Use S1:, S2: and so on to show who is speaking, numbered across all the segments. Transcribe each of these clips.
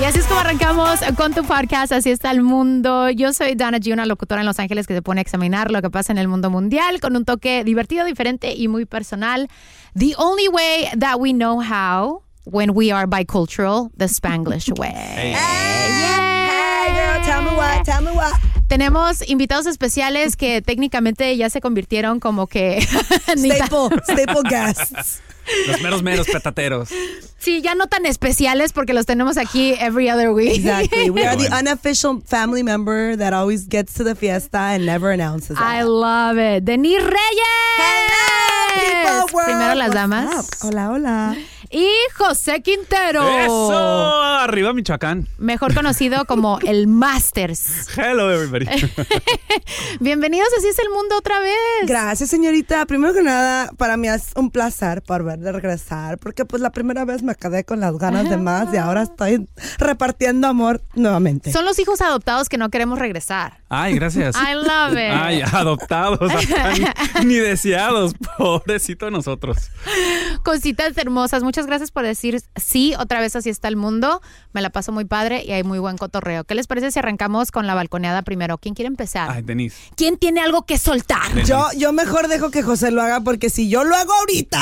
S1: Y así es como arrancamos con tu podcast, así está el mundo. Yo soy Dana G, una locutora en Los Ángeles que se pone a examinar lo que pasa en el mundo mundial con un toque divertido, diferente y muy personal. The only way that we know how when we are bicultural, the Spanglish way.
S2: Girl, tell me what, tell me what.
S1: Tenemos invitados especiales que técnicamente ya se convirtieron como que... ni tan-
S2: Staple, staple guests.
S3: Los meros, meros petateros.
S1: sí, ya no tan especiales porque los tenemos aquí every other week.
S2: Exactly. We are the unofficial family member that always gets to the fiesta and never announces
S4: Ah.
S2: it.
S1: I love it. Denis Reyes.
S2: Hello, people world.
S1: Primero las
S2: What's
S1: damas.
S2: up? Hola, hola.
S1: Y José Quintero.
S3: ¡Eso! Arriba Michoacán.
S1: Mejor conocido como el Masters.
S3: Hello, everybody.
S1: Bienvenidos, así es el mundo otra vez.
S2: Gracias, señorita. Primero que nada, para mí es un placer volver de regresar, porque pues la primera vez me quedé con las ganas de más y ahora estoy repartiendo amor nuevamente.
S1: Son los hijos adoptados que no queremos regresar.
S3: Ay, gracias.
S1: I love it.
S3: Ay, adoptados. acá ni, ni deseados. Pobrecito de nosotros.
S1: Cositas hermosas. Muchas gracias por decir sí, otra vez así está el mundo. Me la paso muy padre y hay muy buen cotorreo. ¿Qué les parece si arrancamos con la balconeada primero? ¿Quién quiere
S2: Ah.
S1: empezar?
S3: Ay, Denise.
S1: ¿Quién tiene algo que soltar?
S2: yo, yo mejor dejo que José lo haga, porque si yo lo hago ahorita,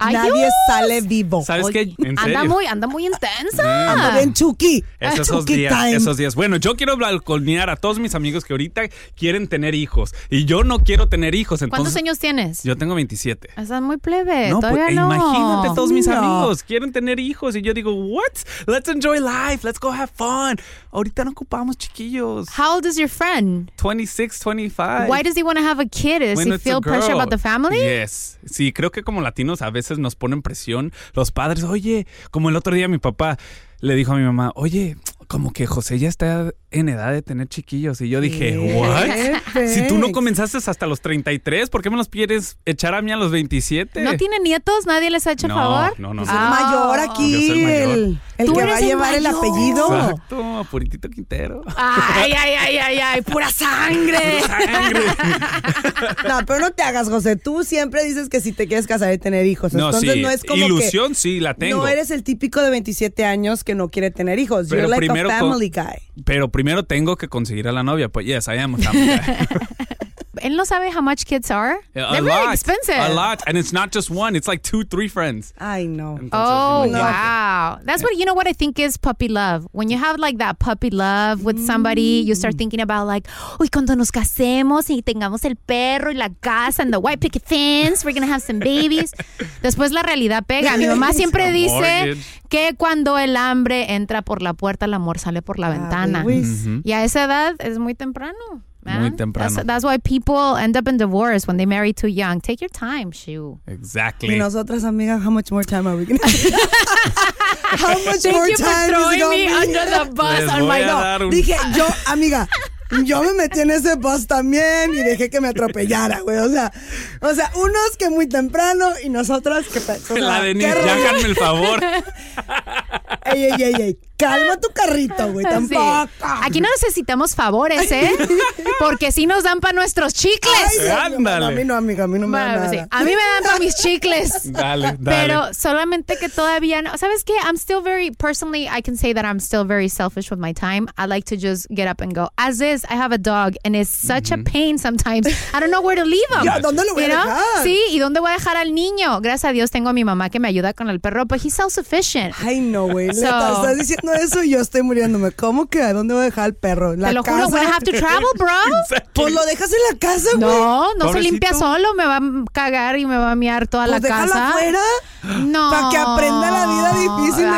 S1: Ay,
S2: nadie
S1: Dios.
S2: sale vivo.
S3: ¿Sabes qué? En
S1: Anda
S3: serio. Mm.
S1: muy, anda muy intensa.
S2: Ando bien Chucky.
S3: Es esos
S2: Chucky
S3: días,
S2: time.
S3: esos días. Bueno, yo quiero balconear a todos mis amigos que ahorita quieren tener hijos. Y yo no quiero tener hijos. Entonces,
S1: ¿Cuántos años tienes?
S3: Yo tengo 27.
S1: Estás muy plebe,
S3: No,
S1: Eh, todavía
S3: pues,
S1: no.
S3: imagínate, todos mis
S2: No.
S3: amigos quieren tener hijos y yo digo, what? Let's enjoy life, let's go have fun. Ahorita no ocupamos chiquillos.
S1: How old is your friend?
S3: 26, 25.
S1: Why does he want to have a kid? Does
S3: When
S1: he
S3: it's a
S1: feel pressure
S3: girl.
S1: about the family?
S3: Yes. Sí, creo que como latinos a veces nos ponen presión los padres. Oye, como el otro día mi papá le dijo a mi mamá, oye, como que José ya está en edad de tener chiquillos. Y yo dije, what? Si tú no comenzaste hasta los 33, ¿por qué me los quieres echar a mí a los 27?
S1: ¿No tiene nietos? ¿Nadie les ha hecho
S3: No,
S1: favor.
S3: no, no,
S2: Es
S3: no.
S2: el
S1: Ah.
S2: mayor
S3: Yo soy
S2: aquí,
S3: el mayor.
S2: el, el
S1: Tú
S2: que
S1: eres
S2: va a
S1: el
S2: llevar el,
S1: mayor.
S2: apellido. Ah,
S3: Exacto, puritito Quintero.
S1: Ay, ay, ay, ay, ay, pura sangre.
S3: Sangre.
S2: No, pero no te hagas, José. Tú siempre dices que si te quieres casar y tener hijos.
S3: No,
S2: Entonces
S3: sí.
S2: no es como
S3: Ilusión
S2: que
S3: sí la tengo.
S2: No eres el típico de 27 años que no quiere tener hijos.
S3: Pero
S2: You're like
S3: primero
S2: a
S3: con-
S2: family guy.
S3: Pero primero tengo que conseguir a la novia. Pues yes, I am a family guy.
S1: él no sabe how much kids are.
S3: A
S1: They're
S3: lot.
S1: really expensive.
S3: A lot. And it's not just one, it's like two, three friends.
S2: I know.
S1: Oh
S3: imagínate.
S1: wow, that's what you know. What I think is puppy love. When you have like that puppy love with somebody, you start thinking about like, uy, cuando nos casemos y tengamos el perro y la casa and the white picket fence, we're gonna have some babies. Después la realidad pega. Mi mamá siempre
S5: La
S1: dice
S5: mortgage.
S1: que cuando el hambre entra por la puerta, el amor sale por la ventana.
S3: Luis. Ujú.
S1: Y a esa edad es muy temprano.
S3: Muy
S1: man.
S3: temprano.
S1: That's, that's why people end up in divorce when they marry too young. Take your time, shoo.
S3: Exactly.
S2: Y nosotras, amiga, how much more time are we gonna How much
S1: Thank
S2: more
S1: you for
S2: time
S1: throwing
S2: is gonna
S1: me
S2: be?
S1: under the bus Les on voy my- a dar un-
S2: Dije, yo, amiga, yo me metí en ese bus también y dejé que me atropellara, güey. O sea, o sea, unos que muy temprano y nosotras que pe- o sea,
S3: La Denise,
S2: qué
S3: ya
S2: rollo.
S3: háganme el favor.
S2: Ey, ey, ey, ey. Calma tu carrito, güey.
S1: Sí.
S2: Tampoco.
S1: Aquí no necesitamos favores, ¿eh? Porque sí nos dan para nuestros chicles.
S2: Ándale. A mí no, amiga, a mí no me da
S1: Bueno,
S2: nada.
S1: sí. A mí me dan para mis chicles.
S3: Dale, dale.
S1: Pero solamente que todavía no. ¿Sabes qué? I'm still very, personally, I can say that I'm still very selfish with my time. I like to just get up and go. As is, I have a dog and it's such a pain sometimes. I don't know where to leave him.
S2: Ya, ¿dónde lo voy a
S1: You know?
S2: dejar?
S1: Sí, ¿y dónde voy a dejar al niño? Gracias a Dios tengo a mi mamá que me ayuda con el perro, but he's self-sufficient.
S2: Ay, no, güey.
S1: So-
S2: neta, estás diciendo eso y yo estoy muriéndome. ¿Cómo que? ¿A dónde voy a dejar el perro? ¿En ¿La
S1: Te lo
S2: casa?
S1: juro, when I have to travel, bro.
S2: Pues lo dejas en la casa, güey.
S1: No, no se
S2: Pobrecito.
S1: limpia solo, me va a cagar y me va a miar toda
S2: Pues
S1: la
S2: déjala
S1: casa.
S2: afuera,
S1: No.
S2: para que aprenda la vida difícil de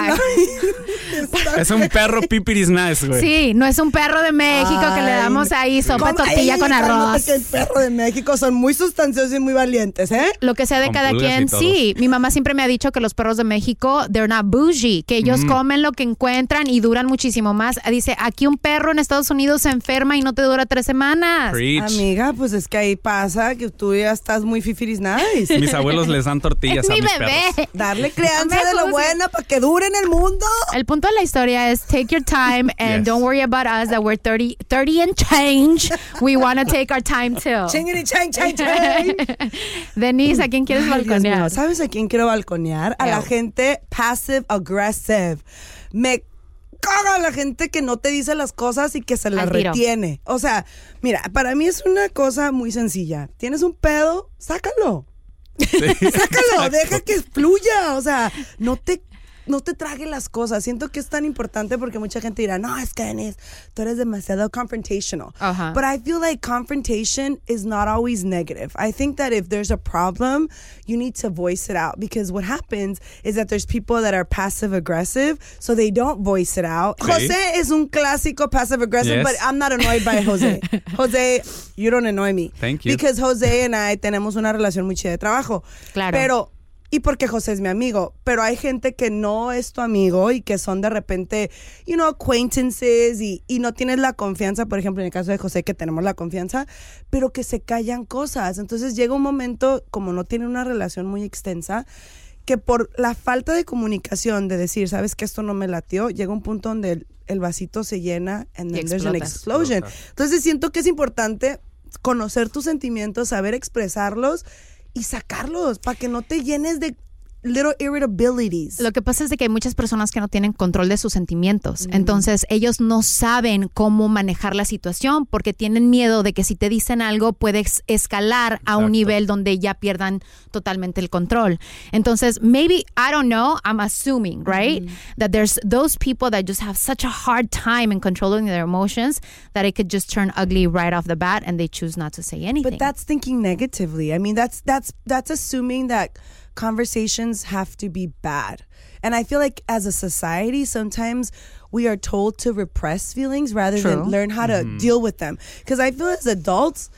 S1: Ay,
S3: Es un perro pipiris nice, güey.
S1: Sí, no es un perro de México que le
S2: Ay,
S1: damos ahí sopa,
S2: Como-
S1: tortilla
S2: Ay,
S1: con
S2: cálmate
S1: arroz.
S2: que el perro de México son muy sustanciosos y muy valientes, ¿eh?
S1: Lo que sea de
S2: Con
S1: cada
S2: pulgas y
S1: quien,
S2: todo.
S1: sí. Mi mamá siempre me ha dicho que los perros de México, they're not bougie, que ellos
S2: Mm.
S1: comen lo que encuentran y duran muchísimo más. Dice, aquí un perro en Estados Unidos se enferma y no te dura tres semanas.
S2: Amiga, pues es que ahí pasa que tú ya estás muy fifiris nice.
S3: Mis abuelos les dan tortillas a mis perros.
S2: Darle crianza de lo bueno para que dure en el mundo.
S1: El punto de la historia es take your time and don't worry about us that we're 30, 30 and change. We want to take our time too.
S2: Chingiri, chang, chang, chang.
S1: Denise, ¿a quién quieres
S2: Ay, Dios
S1: balconear?
S2: mío, ¿Sabes a quién quiero balconear? A la gente passive aggressive. Me caga la gente que no te dice las cosas y que se las
S1: Al tiro.
S2: retiene. O sea, mira, para mí es una cosa muy sencilla. Tienes un pedo, sácalo. sácalo, deja que fluya. O sea, no te no te trague las cosas. Siento que es tan importante porque mucha gente dirá, no, es que Denise, tú eres demasiado confrontational.
S1: Ajá.
S2: But I feel like confrontation is not always negative. I think that if there's a problem, you need to voice it out because what happens is that there's people that are passive aggressive, so they don't voice it out.
S5: Okay.
S2: Jose is un clásico passive aggressive,
S5: Yes.
S2: but I'm not annoyed by Jose. Jose, you don't annoy me.
S5: Thank you.
S2: Because Jose and I tenemos una relación muy chida de trabajo.
S5: Claro.
S2: Pero y porque José es mi amigo, pero hay gente que no es tu amigo y que son de repente, you know, acquaintances y, y no tienes la confianza, por ejemplo, en el caso de José que tenemos la confianza, pero que se callan cosas. Entonces llega un momento, como no tienen una relación muy extensa, que por la falta de comunicación, de decir, sabes que esto no me latió, llega un punto donde el, el vasito se llena and
S5: Y
S2: then there's an
S5: explotas.
S2: explosion. Entonces siento que es importante conocer tus sentimientos, saber expresarlos y sacarlos para que no te llenes de little irritabilities.
S1: Lo que pasa es de que hay muchas personas que no tienen control de sus sentimientos.
S2: Mm.
S1: Entonces, ellos no saben cómo manejar la situación porque tienen miedo de que si te dicen algo puedes escalar a un nivel donde ya pierdan totalmente el control. Entonces, maybe I don't know, I'm assuming,
S2: Mm.
S1: right? That there's those people that just have such a hard time in controlling their emotions that it could just turn ugly right off the bat and they choose not to say anything.
S2: But that's thinking negatively. I mean, that's that's that's assuming that conversations have to be bad. And I feel like as a society, sometimes we are told to repress feelings rather
S5: True.
S2: than learn how to
S5: Mhm.
S2: deal with them. Because I feel as adults,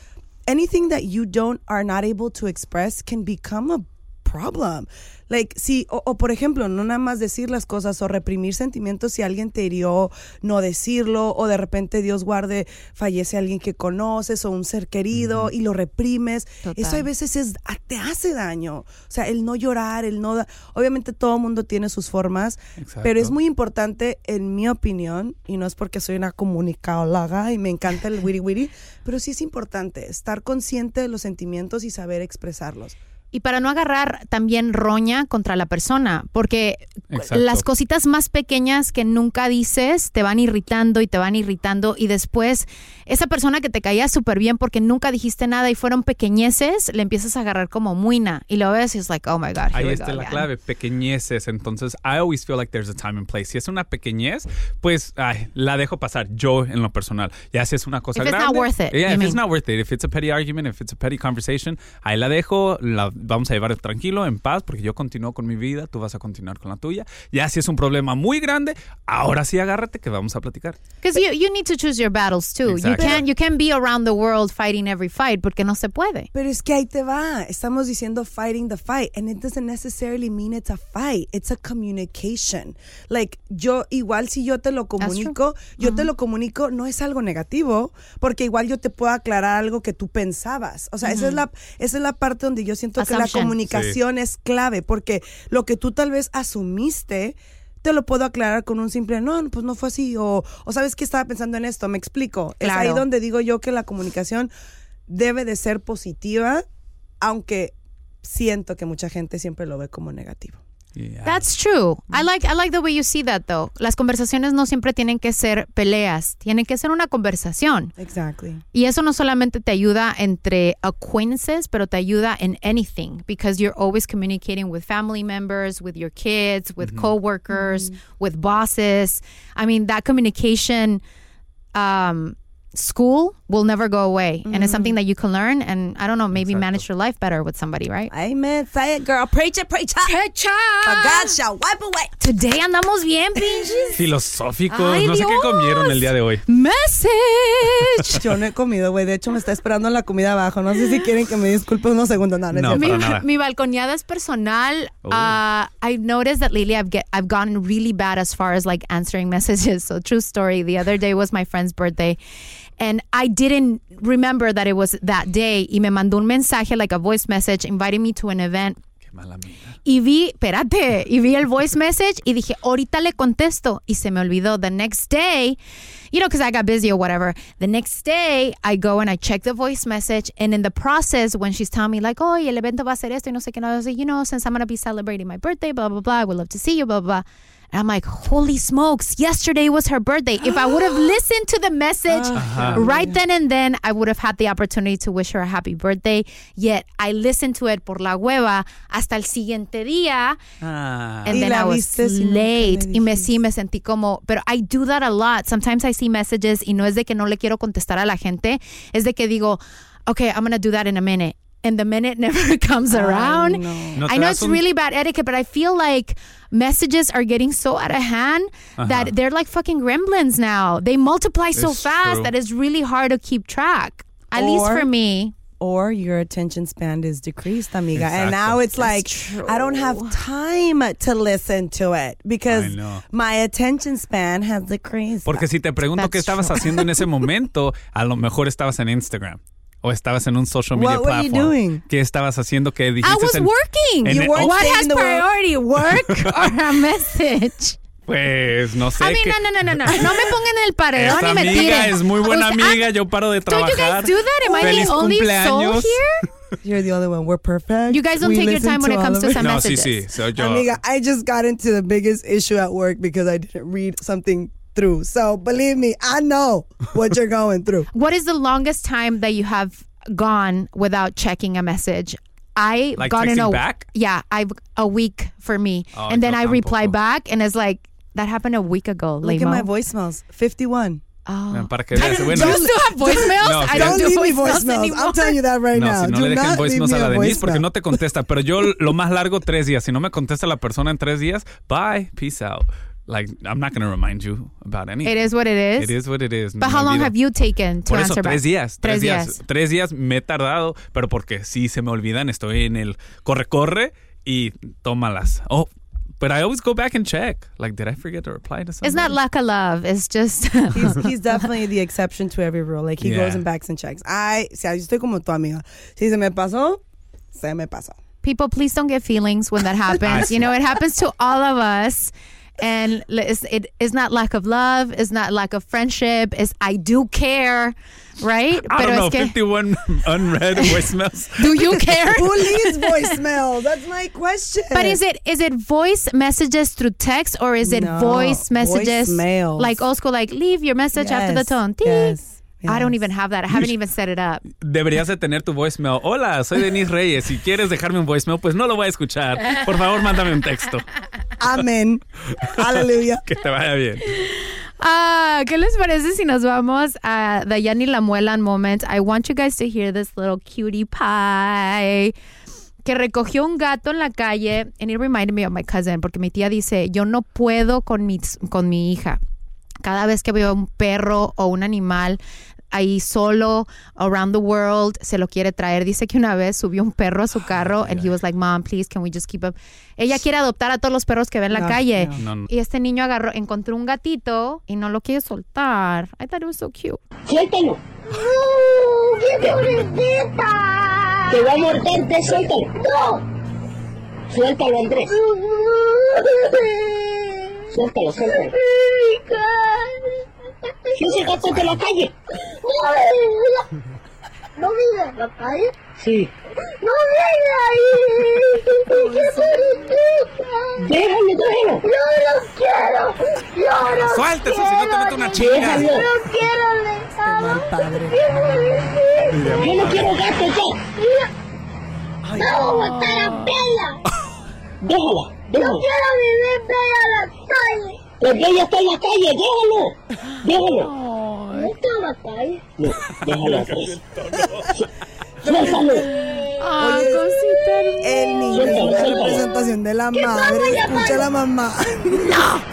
S2: anything that you don't are not able to express can become a problem. Like, si, o, o, por ejemplo, no nada más decir las cosas o reprimir sentimientos si alguien te hirió, no decirlo, o de repente Dios guarde, fallece alguien que conoces o un ser querido y lo reprimes.
S5: Total.
S2: Eso a veces es, a- te hace daño. O sea, el no llorar, el no... da- Obviamente todo mundo tiene sus formas, pero es
S5: Exacto.
S2: muy importante, en mi opinión, y no es porque soy una comunicadolaga y me encanta el wiri wiri, pero sí es importante estar consciente de los sentimientos y saber expresarlos.
S1: Y para no agarrar también roña contra la persona, porque
S3: Exacto.
S1: las cositas más pequeñas que nunca dices te van irritando y te van irritando y después esa persona que te caía súper bien porque nunca dijiste nada y fueron pequeñeces, le empiezas a agarrar como muina y lo ves y es like, oh my God.
S3: Ahí
S1: here we
S3: está
S1: go
S3: la
S1: again.
S3: clave, pequeñeces. Entonces, I always feel like there's a time and place. Si es una pequeñez, pues ay, la dejo pasar yo en lo personal. Ya si es una cosa
S1: If it's
S3: grande.
S1: not worth it,
S3: Yeah,
S1: you
S3: if it's
S1: mean.
S3: not worth it. If it's a petty argument, if it's a petty conversation, ahí la dejo, la vamos a llevar tranquilo, en paz, porque yo continúo con mi vida, tú vas a continuar con la tuya. Ya si es un problema muy grande, ahora sí agárrate que vamos a platicar.
S1: Because you, you need to choose your battles too. You
S3: Exacto.
S1: can't, you can't be around the world fighting every fight porque no se puede.
S2: Pero es que ahí te va. Estamos diciendo fighting the fight, and it doesn't necessarily mean it's a fight. It's a communication. Like yo igual si yo te lo comunico, yo te lo comunico no es algo negativo, porque igual yo te puedo aclarar algo que tú pensabas. O sea, esa es
S5: Ujú.
S2: la esa es la parte donde yo siento que la
S5: Assumption.
S2: comunicación es clave, porque lo que tú tal vez asumiste te lo puedo aclarar con un simple no, pues no fue así o, o sabes que estaba pensando en esto, me explico. Es ahí
S1: Claro.
S2: donde digo yo que la comunicación debe de ser positiva, aunque siento que mucha gente siempre lo ve como negativo.
S1: That's true. I like, I like the way you see that though. Las conversaciones no siempre tienen que ser peleas, tienen que ser una conversación.
S2: Exactly.
S1: Y eso no solamente te ayuda entre acquaintances, pero te ayuda en anything because you're always communicating with family members, with your kids, with coworkers, with bosses. I mean, that communication um, school will never go away, and it's something that you can learn. And I don't know, maybe manage your life better with somebody, right?
S2: Amen. Say it, girl. Preach it, preach it.
S1: Preach
S2: For God shall wipe away.
S1: Today andamos bien, pinches.
S3: Filosóficos,
S1: Ay,
S3: no sé qué
S1: Dios.
S3: comieron el día de hoy.
S1: Message.
S2: Yo no he comido, güey. De hecho, me está esperando la comida abajo. No sé si quieren que me disculpe unos segundos. No, no, es
S3: No,
S2: cierto.
S1: mi,
S3: para nada. Oh.
S1: mi balconeada es personal. Uh, I've noticed that lately I've get I've gotten really bad as far as like answering messages. So true story. The other day was my friend's birthday. And I didn't remember that it was that day. Y me mandó un mensaje, like a voice message, inviting me to an event. Y vi, espérate, y vi el voice message y dije, ahorita le contesto. Y se me olvidó. The next day, you know, because I got busy or whatever. The next day, I go and I check the voice message. And in the process, when she's telling me, like, oh, el evento va a ser esto y no sé qué, no, I was like, you know, since I'm going to be celebrating my birthday, blah, blah, blah, I would love to see you, blah, blah, blah. And I'm like, holy smokes, yesterday was her birthday. If I would have listened to the message
S2: Uh-huh.
S5: Ajá.
S1: right then and then, I would have had the opportunity to wish her a happy birthday. Yet I listened to it por la hueva hasta el siguiente día. And
S2: Y
S1: then
S2: la
S1: I was
S2: viste sin nunca le
S1: late. Y me sí me sentí como, pero I do that a lot. Sometimes I see messages y no es de que no le quiero contestar a la gente, es de que digo, okay, I'm gonna do that in a minute. And the minute never comes around.
S3: No te
S1: I know
S3: das
S1: it's
S3: un-
S1: really bad etiquette, but I feel like messages are getting so out of hand
S3: Ajá.
S1: that they're like fucking gremlins now. They multiply so
S2: It's
S1: fast
S2: true.
S1: that it's really hard to keep track. At least
S2: Or-
S1: for me.
S2: Or your attention span is decreased, amiga.
S1: Exacto.
S2: And now it's
S1: That's
S2: like, I don't have time to listen to it because
S3: I know.
S2: my attention span has decreased.
S3: Porque si te pregunto qué estabas haciendo en ese momento, a lo mejor estabas en Instagram o estabas en un social media
S2: What were you
S3: platform.
S2: doing?
S3: ¿Qué estabas haciendo? ¿Qué dijiste?
S1: I was
S3: en-
S1: working.
S3: en el-
S1: what
S3: oh,
S1: has priority, work or a message?
S3: Pues no sé.
S1: I mean,
S3: qué-
S1: no, no, no, no, no. No me pongan en el paredón
S3: Esta
S1: y me
S3: amiga
S1: tiren.
S3: es muy buena
S1: Usted-
S3: amiga, yo paro de
S1: Don't you
S3: trabajar.
S1: guys do that? Am I
S3: Feliz
S1: the only soul
S3: cumpleaños.
S1: here?
S2: You're the only one. We're perfect.
S1: You guys don't
S2: We
S1: take your
S2: listen
S1: time when it
S2: all
S1: comes
S2: of
S1: to send
S3: No, sí,
S1: messages.
S3: sí. So, yo,
S2: Amiga, I just got into the biggest issue at work because I didn't read something through. So believe me, I know what you're going through.
S1: What is the longest time that you have gone without checking a message? I
S2: Like
S1: got in
S2: texting
S1: a
S2: back?
S1: yeah, I a week for me,
S2: Oh,
S1: and then
S2: yo
S1: I reply back, and it's like that happened a week ago.
S2: Look
S1: lame-o.
S2: at my voicemails. 51.
S1: Oh.
S3: Para que veas. Bueno,
S1: Do you still have voicemails?
S3: No,
S1: I
S3: don't
S1: don't, do
S2: leave me
S1: voicemails
S2: voicemails.
S1: anymore.
S2: I'm telling you that right now.
S3: No, si no
S2: Do
S3: le dejan
S2: not
S3: voicemails a
S2: leave
S3: la
S2: me
S3: Denise porque
S2: voicemail.
S3: no te contesta. Pero yo lo más largo, tres días. Si no me contesta la persona en tres días, bye, peace out. Like, I'm not going to remind you about anything.
S1: It is what it
S3: It
S1: is.
S3: is what it is.
S1: But how long have you taken to
S3: Por eso,
S1: answer back?
S3: tres días. Tres,
S1: Tres
S3: días.
S1: días.
S3: Tres días me he tardado, pero porque sí se me olvidan, estoy en el corre-corre y tómalas. Oh, but I always go back and check. Like, did I forget to reply to something?
S1: It's not lack of love. It's just
S2: he's, he's definitely the exception to every rule. Like he
S3: Yeah.
S2: goes and backs and checks. I, si, yo estoy como tu amiga. Si se me pasó, se me pasó.
S1: people. Please don't get feelings when that happens. you know, it happens to all of us. and l- it's, it, it's not lack of love, it's not lack of friendship, it's I do care, right?
S3: I don't know, 51 unread voicemails.
S1: do you care?
S2: Who leaves voicemail? That's my question.
S1: But is it is it voice messages through text or is it
S2: No,
S1: voice messages
S2: voicemails.
S1: like old school like leave your message after the
S2: Yes,
S1: tone? Ting. I don't even have that. I haven't even set it up.
S3: Deberías de tener tu voicemail. Hola, soy Denise Reyes. Si quieres dejarme un voicemail, pues no lo voy a escuchar. Por favor, mándame un texto.
S2: Amén. Aleluya.
S3: Que te vaya bien.
S1: Ah, ¿qué les parece si nos vamos a the Yanni Lamuelan moment? I want you guys to hear this little cutie pie que recogió un gato en la calle and it reminded me of my cousin porque mi tía dice, "Yo no puedo con mi con mi hija. Cada vez que veo un perro o un animal ahí solo around the world se lo quiere traer. Dice que una vez subió un perro a su carro and he was like, "Mom, please, can we just keep up?" Ella quiere adoptar a todos los perros que ve en la
S5: No,
S1: calle.
S5: no. No, no.
S1: Y este niño agarró, encontró un gatito y no lo quiere soltar. I thought it was so cute.
S5: Suéltalo. ¡Qué pobrecita! Te va a morderte, suéltalo. ¡No! Suéltalo, Andrés. Suéltalo, suéltalo. ¿Qué es el gato de la calle? ¿No vive en la calle? Sí. ¡No vive ahí! ¡Qué pobrecita! ¡Déjalo, déjalo! ¡No lo quiero! ¡No lo
S3: Suéltese, si
S5: quiero!
S3: no te mete una chinga.
S5: ¡Déjalo! ¡No lo quiero, Alejandro! ¡Qué pobrecita! ¡Yo no quiero gato, yo! ¡Vamos a matar a Bella! ¡Déjala, déjala! ¡No quiero vivir Bella en la calle! ¡Porque ella está en la calle! ¡Déjalo! ¡Déjalo! ¿No está en la calle? No, déjalo Andrés. ¡Suéltalo!
S1: Ah, cosita hermosa.
S2: El niño es una
S5: Suéltalo.
S2: representación de la madre. Escucha a la mamá.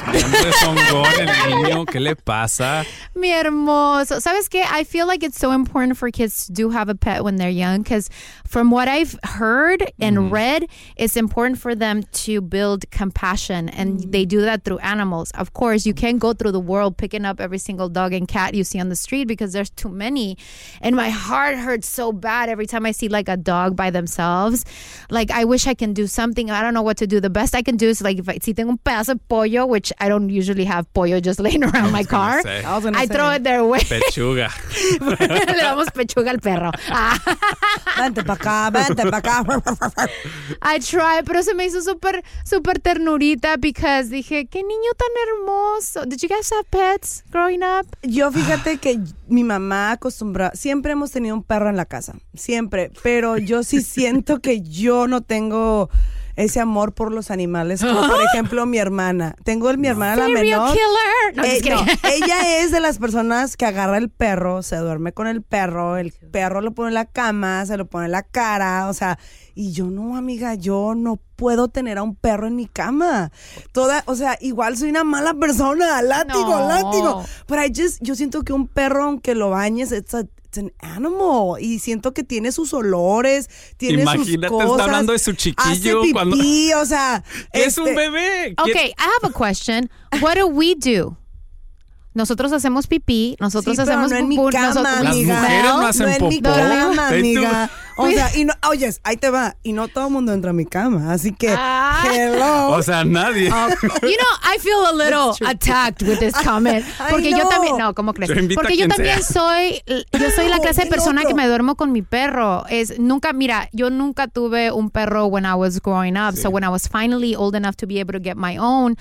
S3: Hombre songón, el niño, ¿qué le pasa?
S1: Mi hermoso. ¿Sabes qué? I feel like it's so important for kids to do have a pet when they're young because from what I've heard and
S3: Mm.
S1: read, it's important for them to build compassion and
S3: Mm.
S1: they do that through animals. Of course, you can't go through the world picking up every single dog and cat you see on the street because there's too many. And my heart hurts so bad every time I see like a dog by themselves. Like I wish I can do something. I don't know what to do. The best I can do is like if I see tengo un pedazo de pollo, which I don't usually have pollo just laying around my car.
S3: say. I was gonna
S1: I
S3: say.
S1: throw it their way.
S3: Pechuga.
S1: Le damos pechuga al perro. Ah.
S2: Vente para acá, vente para acá.
S1: I tried, pero se me hizo súper, súper ternurita because dije, qué niño tan hermoso. Did you guys have pets growing up?
S2: Yo fíjate que mi mamá acostumbra, siempre hemos tenido un perro en la casa, siempre, pero yo sí siento que yo no tengo ese amor por los animales, como por ejemplo mi hermana. Tengo el, mi hermana la
S1: Serial
S2: menor.
S1: killer. No, just
S2: Eh, no,
S1: kidding.
S2: ella es de las personas que agarra el perro, se duerme con el perro, el perro lo pone en la cama, se lo pone en la cara, o sea, y yo no, amiga, yo no puedo tener a un perro en mi cama. Toda, o sea, igual soy una mala persona, látigo,
S1: No.
S2: látigo. Pero I just- yo siento que un perro, aunque lo bañes, it's a- it's an animal. Y siento que tiene sus olores, tiene sus
S3: Imagínate, está
S2: cosas.
S3: hablando de su chiquillo
S2: hace pipí,
S3: cuando-
S2: o sea...
S3: Es un
S2: este-
S3: bebé. ¿Qué-
S1: Okay, I have a question. What do we do? Nosotros hacemos pipí, nosotros
S2: Sí, pero
S1: hacemos
S2: no en mi
S1: pupú,
S2: cama,
S1: nosotros-
S3: Las
S2: amiga.
S3: mujeres no hacen
S2: en mi
S3: popó.
S2: cama,
S3: Ve tú.
S2: amiga. O sea, y no, oyes, ahí te va. Y no todo el mundo entra a mi cama. Así que,
S1: Ah.
S2: hello.
S3: O sea, nadie.
S1: You know, I feel a little attacked with this comment.
S2: Ay,
S1: Porque yo
S2: no.
S1: también, no, ¿cómo crees?
S3: Yo invito a
S1: Porque yo
S3: quien
S1: también
S3: sea.
S1: soy, yo soy la
S2: No,
S1: clase de
S2: el
S1: persona que
S2: otro.
S1: me duermo con mi perro. Es nunca, mira, yo nunca tuve un perro when I was growing up. So when I was finally old enough to be able to get my own,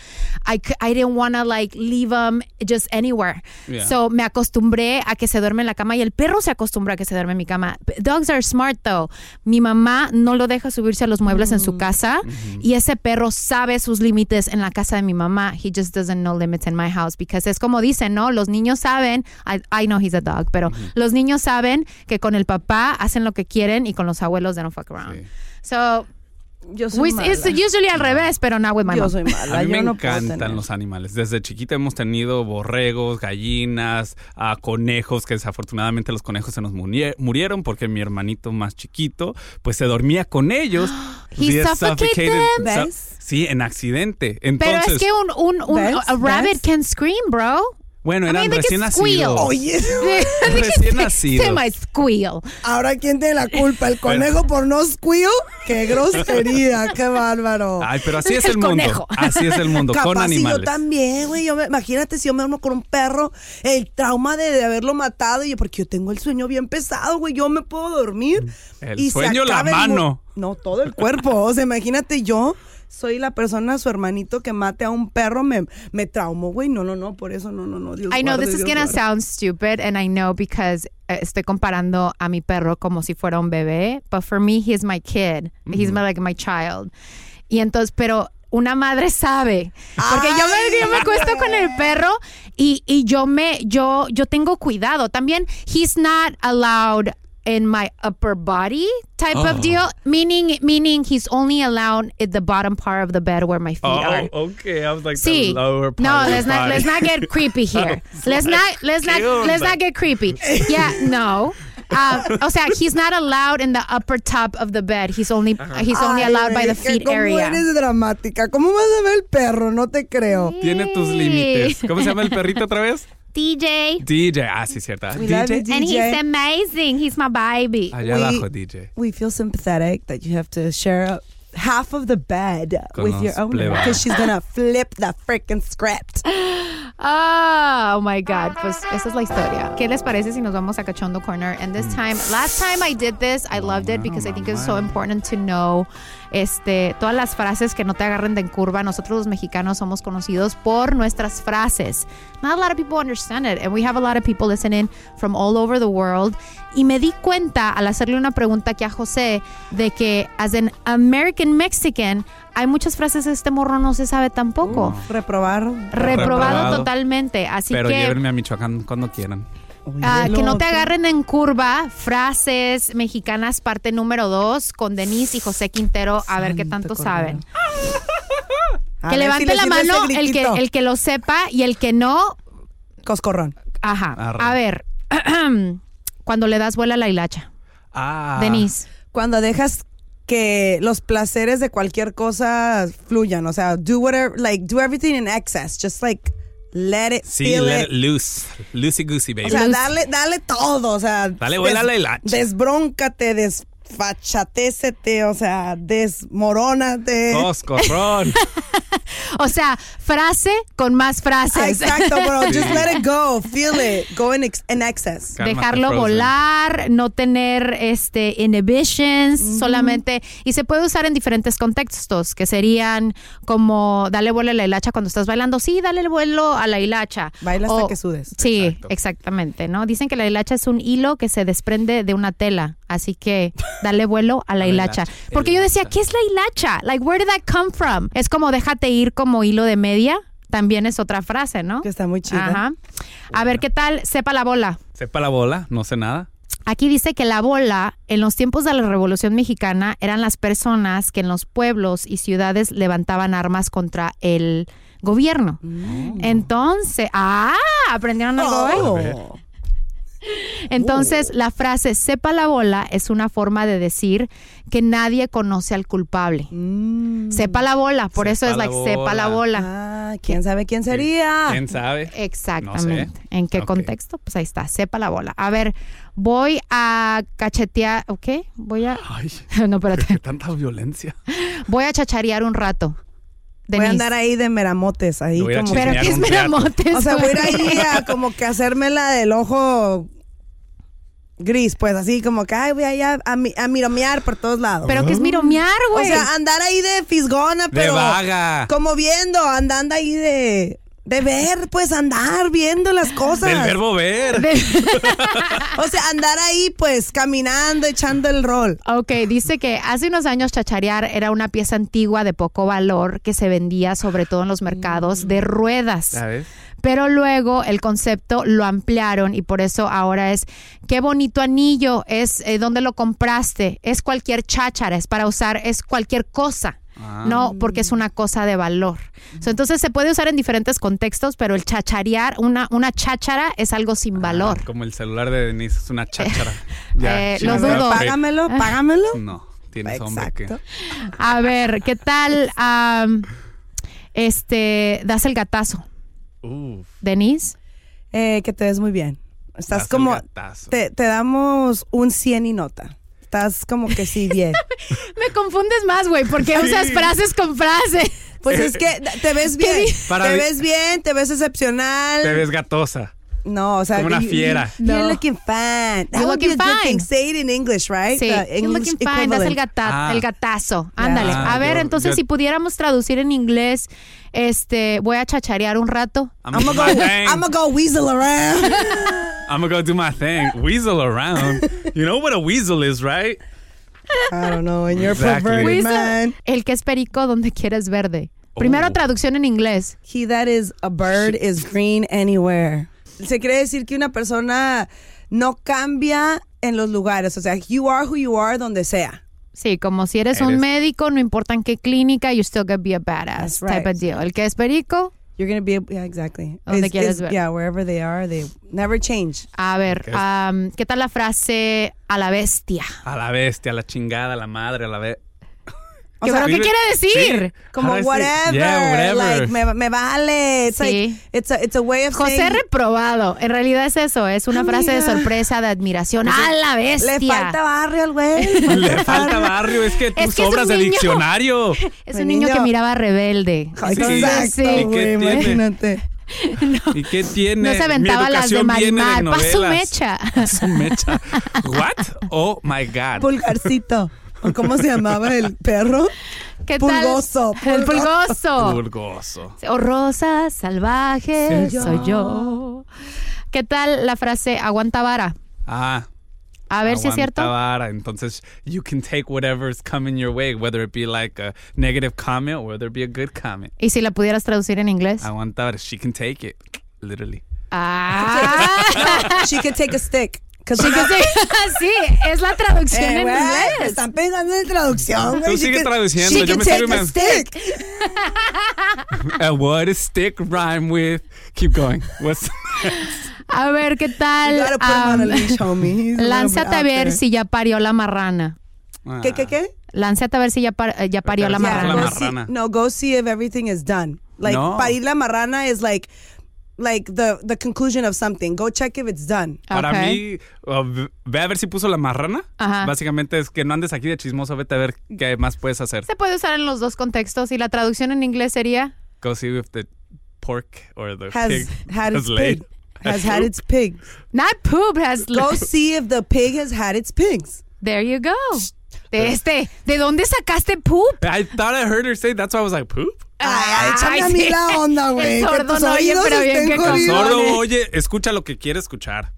S1: I, c- I didn't want to like leave them just anywhere.
S5: Yeah.
S1: So me acostumbré a que se duerme en la cama y el perro se acostumbra a que se duerme en mi cama. P- Dogs are smart though. Mi mamá no lo deja subirse a los muebles en
S3: Mm.
S1: su casa y ese perro sabe sus límites en la casa de mi mamá. He just doesn't know limits in my house because es como dicen, ¿no? Los niños saben, I, I know he's a dog, pero los niños saben que con el papá hacen lo que quieren y con los abuelos they don't fuck around. So
S2: Yo soy
S1: we-
S2: mala.
S1: it's usually al revés, pero not with my
S2: Yo
S1: mom.
S2: soy mala.
S3: A
S2: yo
S3: mí me
S2: no puedo tener.
S3: encantan los animales. Desde chiquita hemos tenido borregos, gallinas, ah, conejos, que desafortunadamente los conejos se nos murie- murieron porque mi hermanito más chiquito, pues se dormía con ellos.
S1: He
S3: They
S1: suffocated them.
S3: su-
S1: ¿Ves?
S3: Sí, en accidente.
S1: Pero
S3: Entonces,
S1: es que un, un, un
S2: ¿Ves?
S1: a rabbit
S2: ¿Ves?
S1: can scream, bro.
S3: Bueno,
S1: I
S3: eran
S1: mean, they
S3: recién
S1: can squeal.
S3: nacidos.
S1: They can
S3: Recién
S1: se-
S3: nacidos.
S1: semi-squeal.
S2: Ahora, ¿quién tiene la culpa? ¿El conejo por no squeal? ¡Qué grosería! ¡Qué bárbaro!
S3: Ay, pero así es el mundo. Así es el mundo, con
S2: Capaz si
S3: animales.
S2: yo también, güey. yo me- Imagínate si yo me duermo con un perro, el trauma de, de haberlo matado. Y yo, porque yo tengo el sueño bien pesado, güey. Yo me puedo dormir.
S3: El
S2: y se
S3: sueño, la
S2: acaba el mu-
S3: mano.
S2: No, todo el cuerpo. O sea, imagínate yo. Soy la persona, su hermanito que mate a un perro, me, me traumo, güey. No, no, no, por eso no, no, no. Dios
S1: I know
S2: guarde,
S1: this is
S2: Dios
S1: gonna
S2: guarde.
S1: sound stupid, and I know because eh, estoy comparando a mi perro como si fuera un bebé, but for me he is my kid, he's
S2: Mm-hmm.
S1: my, like my child. Y entonces, pero una madre sabe, porque yo me, yo me acuesto con el perro y, y yo me yo yo tengo cuidado. También he's not allowed in my upper body type
S3: Oh.
S1: of deal, meaning meaning he's only allowed at the bottom part of the bed where my feet are.
S3: Oh, okay. I was like
S1: Sí.
S3: the lower part.
S1: No,
S3: of
S1: let's
S3: the
S1: not
S3: body.
S1: let's not get creepy
S3: I
S1: here.
S3: was
S1: let's
S3: like,
S1: not let's not
S3: ¿qué
S1: let's
S3: onda?
S1: not get creepy. Yeah, no. Um, o sea, he's not allowed in the upper top of the bed. He's only
S3: Uh-huh.
S1: he's only
S2: Ay,
S1: allowed by the
S2: güey, que
S1: feet
S2: ¿cómo
S1: area.
S2: eres dramática? ¿Cómo vas a ver el perro? No te creo.
S3: Tiene tus límites. ¿Cómo se llama el perrito otra vez?
S1: DJ.
S3: DJ. Ah, sí, cierta.
S2: We love
S3: DJ.
S2: you,
S1: And he's
S2: DJ.
S1: amazing. He's my baby.
S3: Allá abajo, DJ.
S2: We feel sympathetic that you have to share a- half of the bed
S3: Con
S2: with your
S3: los
S2: own
S3: plebas.
S2: because she's gonna flip the freaking script.
S1: Oh my God. Pues esa es la historia. ¿Qué les parece si nos vamos a Cachondo Corner? And this time, last time I did this, I loved it because I think it's so important to know este, todas las frases que no te agarren de en curva. Nosotros los mexicanos somos conocidos por nuestras frases. Not a lot of people understand it. And we have a lot of people listening from all over the world. Y me di cuenta al hacerle una pregunta aquí a José de que, as an American Mexican, hay muchas frases que este morro no se sabe tampoco.
S2: Reprobar.
S1: Reprobado
S3: Reprobado.
S1: totalmente. Así
S3: Pero
S1: que
S3: llévenme a Michoacán cuando quieran.
S1: ah, que no te
S2: loco.
S1: agarren en curva. Frases mexicanas, parte número 2, con Denise y José Quintero, a ver qué tanto saben.
S2: A
S1: que
S2: ver
S1: levante
S2: si le
S1: la
S2: sirve
S1: mano
S2: ese
S1: el que,
S2: gritito.
S1: el que lo sepa y el que no.
S2: Coscorrón.
S1: Ajá.
S3: Arre.
S1: A ver. Cuando le das vuela a la hilacha.
S3: Ah.
S1: Denise.
S2: Cuando dejas que los placeres de cualquier cosa fluyan, o sea, do whatever, like do everything in excess, just like let it
S3: Sí,
S2: feel
S3: let
S2: it.
S3: it loose. Loosey goosey, baby.
S2: O sea, dale, dale todo, o sea,
S3: Dale vuela la hilacha.
S2: desbróncate, desfachatécete, o sea, desmorónate.
S3: Coscorrón.
S1: O sea, frase con más
S2: Ah,
S1: frases.
S2: Exacto, bro. Just
S3: Sí.
S2: let it go. Feel it. Go in, ex- in excess.
S3: Cálmate,
S1: dejarlo
S3: Frozen.
S1: volar, no tener este inhibitions, solamente y se puede usar en diferentes contextos, que serían como dale vuelo a la hilacha cuando estás bailando, sí, dale el vuelo a la hilacha.
S2: Baila hasta
S1: O-
S2: que sudes.
S1: Sí, exactamente, ¿no? Dicen que la hilacha es un hilo que se desprende de una tela, así que dale vuelo a la, hilacha.
S3: hilacha,
S1: Porque yo decía, ¿qué es la hilacha? Like where did that come from? Es como déjate ir como hilo de media, también es otra frase, ¿no?
S2: Que está muy chida.
S1: Ajá. A ver qué tal sepa la bola.
S3: Sepa la bola, no sé nada.
S1: Aquí dice que la bola en los tiempos de la Revolución Mexicana eran las personas que en los pueblos y ciudades levantaban armas contra el gobierno. Entonces, ah, aprendieron algo hoy.
S2: Oh.
S1: Entonces, la frase sepa la bola es una forma de decir que nadie conoce al culpable. Sepa la bola, por eso
S3: Sepa
S1: es
S3: la
S1: like sepa la bola.
S2: Ah, quién sabe quién sería.
S3: ¿Quién sabe?
S1: Exactamente.
S3: No sé.
S1: ¿En qué
S3: Ok.
S1: contexto? Pues ahí está, sepa la bola. A ver, voy a cachetear, ¿ok? Voy a
S3: Ay,
S1: No,
S3: qué
S1: espérate.
S3: tanta violencia.
S1: Voy a chacharear un rato.
S2: Voy a
S1: Denise.
S2: andar ahí de meramotes, ahí
S3: Lo voy a
S2: como.
S1: Pero
S3: Chismear
S1: que es
S3: un rato.
S1: meramotes.
S2: O sea, voy a ir
S1: güey.
S2: ahí a como que hacérmela del ojo gris, pues así como que, ay, voy allá a, mi- a miromear por todos lados.
S1: Pero que es miromear,
S2: o
S1: güey.
S2: sea, ah. andar ahí de fisgona,
S3: De
S2: pero
S3: vaga.
S2: como viendo, andando ahí de, de ver, pues andar viendo las cosas.
S3: Del verbo ver.
S2: O sea, andar ahí, pues, caminando, echando el rol.
S1: Ok, dice que hace unos años chacharear era una pieza antigua de poco valor que se vendía sobre todo en los mercados
S3: Mm.
S1: de ruedas.
S3: ¿Sabes?
S1: Pero luego el concepto lo ampliaron y por eso ahora es qué bonito anillo, es eh, dónde lo compraste, es cualquier cháchara, es para usar, es cualquier cosa.
S2: Ah.
S1: No, porque es una cosa de valor. So, entonces se puede usar en diferentes contextos, pero el chacharear, una, una cháchara es algo
S2: Ah.
S1: sin valor.
S3: Como el celular de Denise, es una cháchara.
S1: eh, lo
S3: chingas,
S1: dudo.
S3: ok.
S2: Págamelo, págamelo.
S3: No, tienes hombre que.
S2: Exacto.
S1: A ver, ¿qué tal? am, este, das el gatazo.
S3: Uf.
S1: Denise.
S2: Eh, que te ves muy bien. Estás
S3: Das el
S2: como.
S3: gatazo.
S2: Te, te damos un 100 y nota. Estás como que sí, bien.
S1: Me confundes más, güey, porque
S2: Sí.
S1: usas frases con frases.
S2: Pues es que te ves bien.
S3: Para
S2: te
S3: mí-
S2: ves bien, te ves excepcional.
S3: Te ves gatosa.
S2: No, o sea,
S3: Como una
S2: you-
S3: fiera.
S2: you- You're looking fine. That
S1: You're
S2: would be
S1: looking
S2: a good thing.
S1: fine.
S2: Say it in English, right?
S1: Sí,
S2: The
S1: you're
S2: English
S1: looking fine, das el,
S2: equivalent.
S1: gata-
S3: Ah.
S1: el gatazo. Ándale.
S3: Ah,
S1: a ver,
S3: yo-
S1: entonces
S3: yo-
S1: si pudiéramos traducir en inglés, este, voy a chacharear un rato.
S3: I'm gonna go- I'm
S2: gonna go weasel around.
S3: I'm gonna go do my thing. Weasel around. You know what a weasel is, right?
S2: I don't know, and you're
S3: Exactly.
S2: perverted
S3: Weasel.
S2: man.
S1: El que es perico donde quieres verde.
S3: Oh.
S1: Primero traducción en inglés.
S2: He that is a bird is green anywhere. Se quiere decir que una persona no cambia en los lugares. O sea, you are who you are donde sea.
S1: Sí, como si eres, un
S2: Eres-
S1: médico, no importa en qué clínica, you still gonna be a badass
S2: That's right.
S1: type of deal. El que es perico.
S2: You're gonna be able- yeah, exactly.
S1: Donde
S2: It's-
S1: quieres
S2: it's-
S1: ver.
S2: Yeah, wherever they are, they never change.
S1: A ver,
S3: Ok.
S1: am, ¿qué tal la frase a la bestia?
S3: A la bestia, a la chingada, a la madre, a la be
S1: O sea, ¿Pero qué quiere decir?
S3: Sí.
S2: Como
S3: Ahora sí.
S2: whatever,
S3: Yeah, whatever.
S2: like me, me vale. It's like it's a it's a way of
S1: José
S2: saying
S1: reprobado. En realidad es eso, es una frase de
S2: Amiga.
S1: sorpresa, de admiración. ¡A la bestia!
S2: Le falta barrio al güey.
S3: Le falta barrio, es que tú
S1: que es un
S3: sobras de
S1: niño.
S3: diccionario.
S1: Es un niño, que miraba rebelde. Entonces,
S2: Exacto,
S1: sí.
S2: güey,
S3: ¿Y qué tiene?
S2: imagínate.
S3: ¿Y qué tiene?
S1: No se aventaba
S3: Mi
S1: las de
S3: educación viene
S1: Marimar.
S3: de
S1: Paso
S3: novelas.
S1: mecha.
S3: Paso mecha. What? Oh my God.
S2: Pulgarcito. ¿O ¿Cómo se llamaba el perro?
S1: ¿Qué
S2: Pulgoso,
S1: tal? El pulgoso.
S3: Pulgoso.
S1: O rosa salvaje
S3: Sí, yo.
S1: soy yo. ¿Qué tal la frase aguanta vara?
S3: Ah.
S1: A ver si es cierto.
S3: aguanta vara. Entonces, you can take whatever's coming your way, whether it be like a negative comment or whether it be a good comment.
S1: ¿Y si la pudieras traducir en inglés?
S3: Aguanta vara. She can take it. Literally.
S1: Ah.
S2: She could take a stick.
S1: Sí, que sí. Sí, es la traducción
S2: Eh,
S1: en
S2: güey, me
S1: inglés.
S2: están pensando en traducción, güey.
S3: Tú
S2: She
S3: sigue
S2: could-
S3: traduciendo,
S2: she
S3: yo
S2: could
S3: me sigo
S2: take a
S3: imaginando.
S2: stick.
S3: And what does stick rhyme with? Keep going. What's
S1: A ver, ¿qué
S2: You
S1: tal?
S2: gotta put him on a
S1: Am,
S2: leash, homie. He's a little
S1: lánzate
S2: bit
S1: a
S2: out
S1: ver
S2: there.
S1: si ya parió la marrana.
S2: ¿Qué, qué, qué?
S1: Lánzate a ver si ya, par- eh, ya parió la
S3: Pero
S2: Yeah,
S3: la
S2: go
S1: marrana.
S2: see-
S3: marrana.
S2: no, go see if everything is done. Like
S3: No.
S2: parir la marrana is like like the the conclusion of something. Go check if it's done.
S3: Para
S1: Ok.
S3: mí, uh, ve- ve a ver si puso la marrana.
S1: Ajá.
S3: Básicamente es que no andes aquí de chismoso, vete a ver qué más puedes hacer.
S1: Se puede usar en los dos contextos y la traducción en inglés sería
S3: Go see if the pork or the
S2: Has
S3: pig
S2: had
S3: has
S2: its
S3: laid.
S2: pig. Has had its pigs.
S1: not poop has
S2: Go see if the pig has had its pigs.
S1: There you go. De este, ¿de dónde sacaste poop?
S3: I thought I heard her say that's why I was like, poop.
S2: Ay, échame a
S1: Ay,
S2: mí
S1: sí.
S2: la onda, güey.
S1: El
S2: que
S1: sordo
S2: tus
S1: no oye,
S2: oídos
S1: pero bien
S2: estén
S1: que
S2: jodidos.
S3: Sordo, oye, escucha lo que quiere escuchar.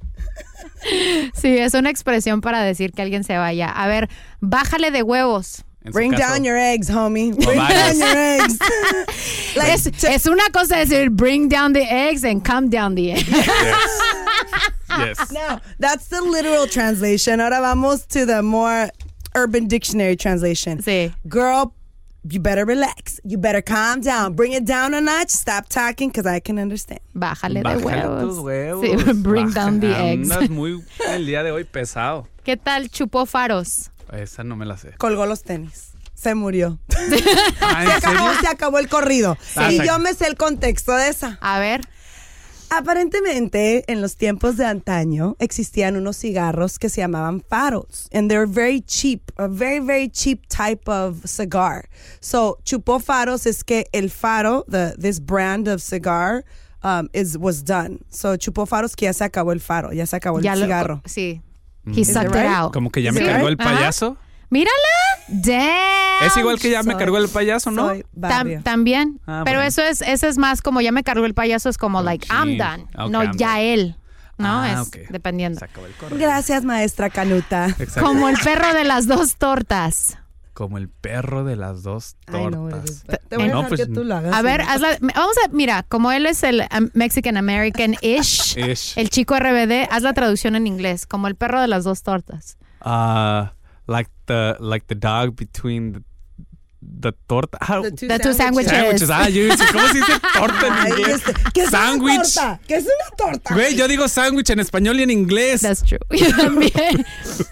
S1: Sí, es una expresión para decir que alguien se vaya. A ver, bájale de huevos.
S3: En su
S2: Bring
S3: caso. Oh,
S2: down your eggs, homie. Bring down
S3: varios.
S2: your eggs. Like,
S1: Es, es una cosa decir bring down the eggs and calm down the eggs.
S3: Yes.
S2: no, that's the literal translation. Ahora vamos to the more urban dictionary translation.
S1: Sí.
S2: Girl, you better relax. You better calm down. Bring it down a notch. Stop talking because I can understand.
S1: Bájale, de
S3: Bájale
S1: huevos.
S3: tus huevos.
S1: Sí, bring down
S3: Baja-
S1: the eggs.
S3: Andas muy el día de hoy pesado.
S1: ¿Qué tal chupó faros?
S3: Esa no me la sé.
S2: Colgó los tenis. Se murió.
S3: Ah,
S2: Se
S3: ¿en serio?
S2: acabó, se acabó el corrido.
S3: Ah,
S2: Y
S3: se-
S2: yo me sé el contexto de esa.
S1: A ver,
S2: Aparentemente, en los tiempos de antaño existían unos cigarros que se llamaban faros, and they're very cheap, a very very cheap type of cigar. So, chupó faros es que el faro, the this brand of cigar um, is was done. So, chupó faros que ya se acabó el faro, ya se acabó el
S1: ya lo-
S2: cigarro.
S1: Sí.
S3: Mm.
S1: He
S3: Is it
S1: sucked it
S2: right?
S1: out.
S3: Como que ya
S2: Is
S3: me
S2: it
S3: cargó el
S1: right? Ajá.
S3: payaso.
S1: Mírala. Damn.
S3: Es igual que ya me
S2: Soy-
S3: cargó el payaso, ¿no?
S2: Soy
S1: Tam-
S2: barrio.
S1: también.
S3: Ah,
S1: Pero
S3: bueno.
S1: eso es, eso es más como ya me cargó el payaso, es como like, I'm
S3: sí.
S1: done.
S3: Ok,
S1: no,
S3: I'm
S1: ya
S3: done.
S1: él. No,
S3: Ah,
S1: es
S3: ok.
S1: dependiendo.
S3: Se acabó el correo.
S2: Gracias, maestra Canuta.
S3: Exacto.
S1: Como el perro de las dos tortas.
S3: Como el perro de las dos
S2: Ay, no, eres-
S3: tortas.
S2: te voy a
S3: No,
S2: dejar
S3: pues,
S2: que tú lo hagas.
S1: A ver, hazla- vamos a, mira, como él es el um, Mexican American ish,
S3: Ish.
S1: el chico RBD, haz la traducción en inglés, como el perro de las dos tortas.
S3: Ah, like the like the dog between the, the torta. Ah,
S2: The two
S1: The two
S2: sandwiches.
S1: sandwiches.
S3: sandwiches. Ah, yo dije, ¿cómo se dice torta en
S2: Ay,
S3: inglés?
S2: este- ¿Qué es una
S3: Sándwich.
S2: torta? ¿Qué es una torta?
S3: Güey, yo digo sándwich en español y en inglés.
S1: That's true. Yo también.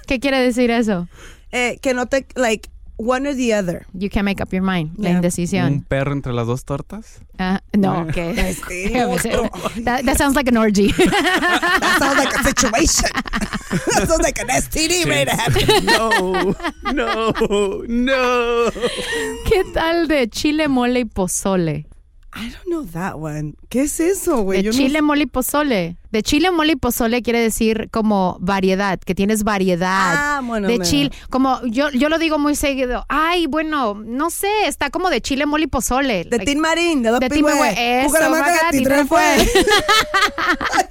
S1: ¿Qué quiere decir eso?
S2: eh, que no te like One or the other.
S1: You can't make up your mind. La
S3: ¿Un
S1: indecisión.
S3: perro entre las dos tortas?
S1: Ah, no, que. that, that sounds like an orgy. that
S2: sounds like a situation. that sounds like an STD
S1: ready to happen.
S6: No, no, no.
S1: ¿Qué tal de chile, mole y pozole?
S2: I don't know that one. ¿Qué es eso, güey?
S1: De
S2: Yo no-
S1: chile, mole y pozole. De chile, mole y pozole quiere decir como variedad, que tienes variedad.
S2: Ah, bueno,
S1: De
S2: me-
S1: chile, como yo, yo lo digo muy seguido. Ay, bueno, no sé, está como de chile, mole y pozole.
S2: De Tin Marín, de dos
S1: De Tin Marín,
S2: pingües.
S1: eso,
S2: Bucaramanga,
S1: Braga,
S2: Titré
S1: Titré fue.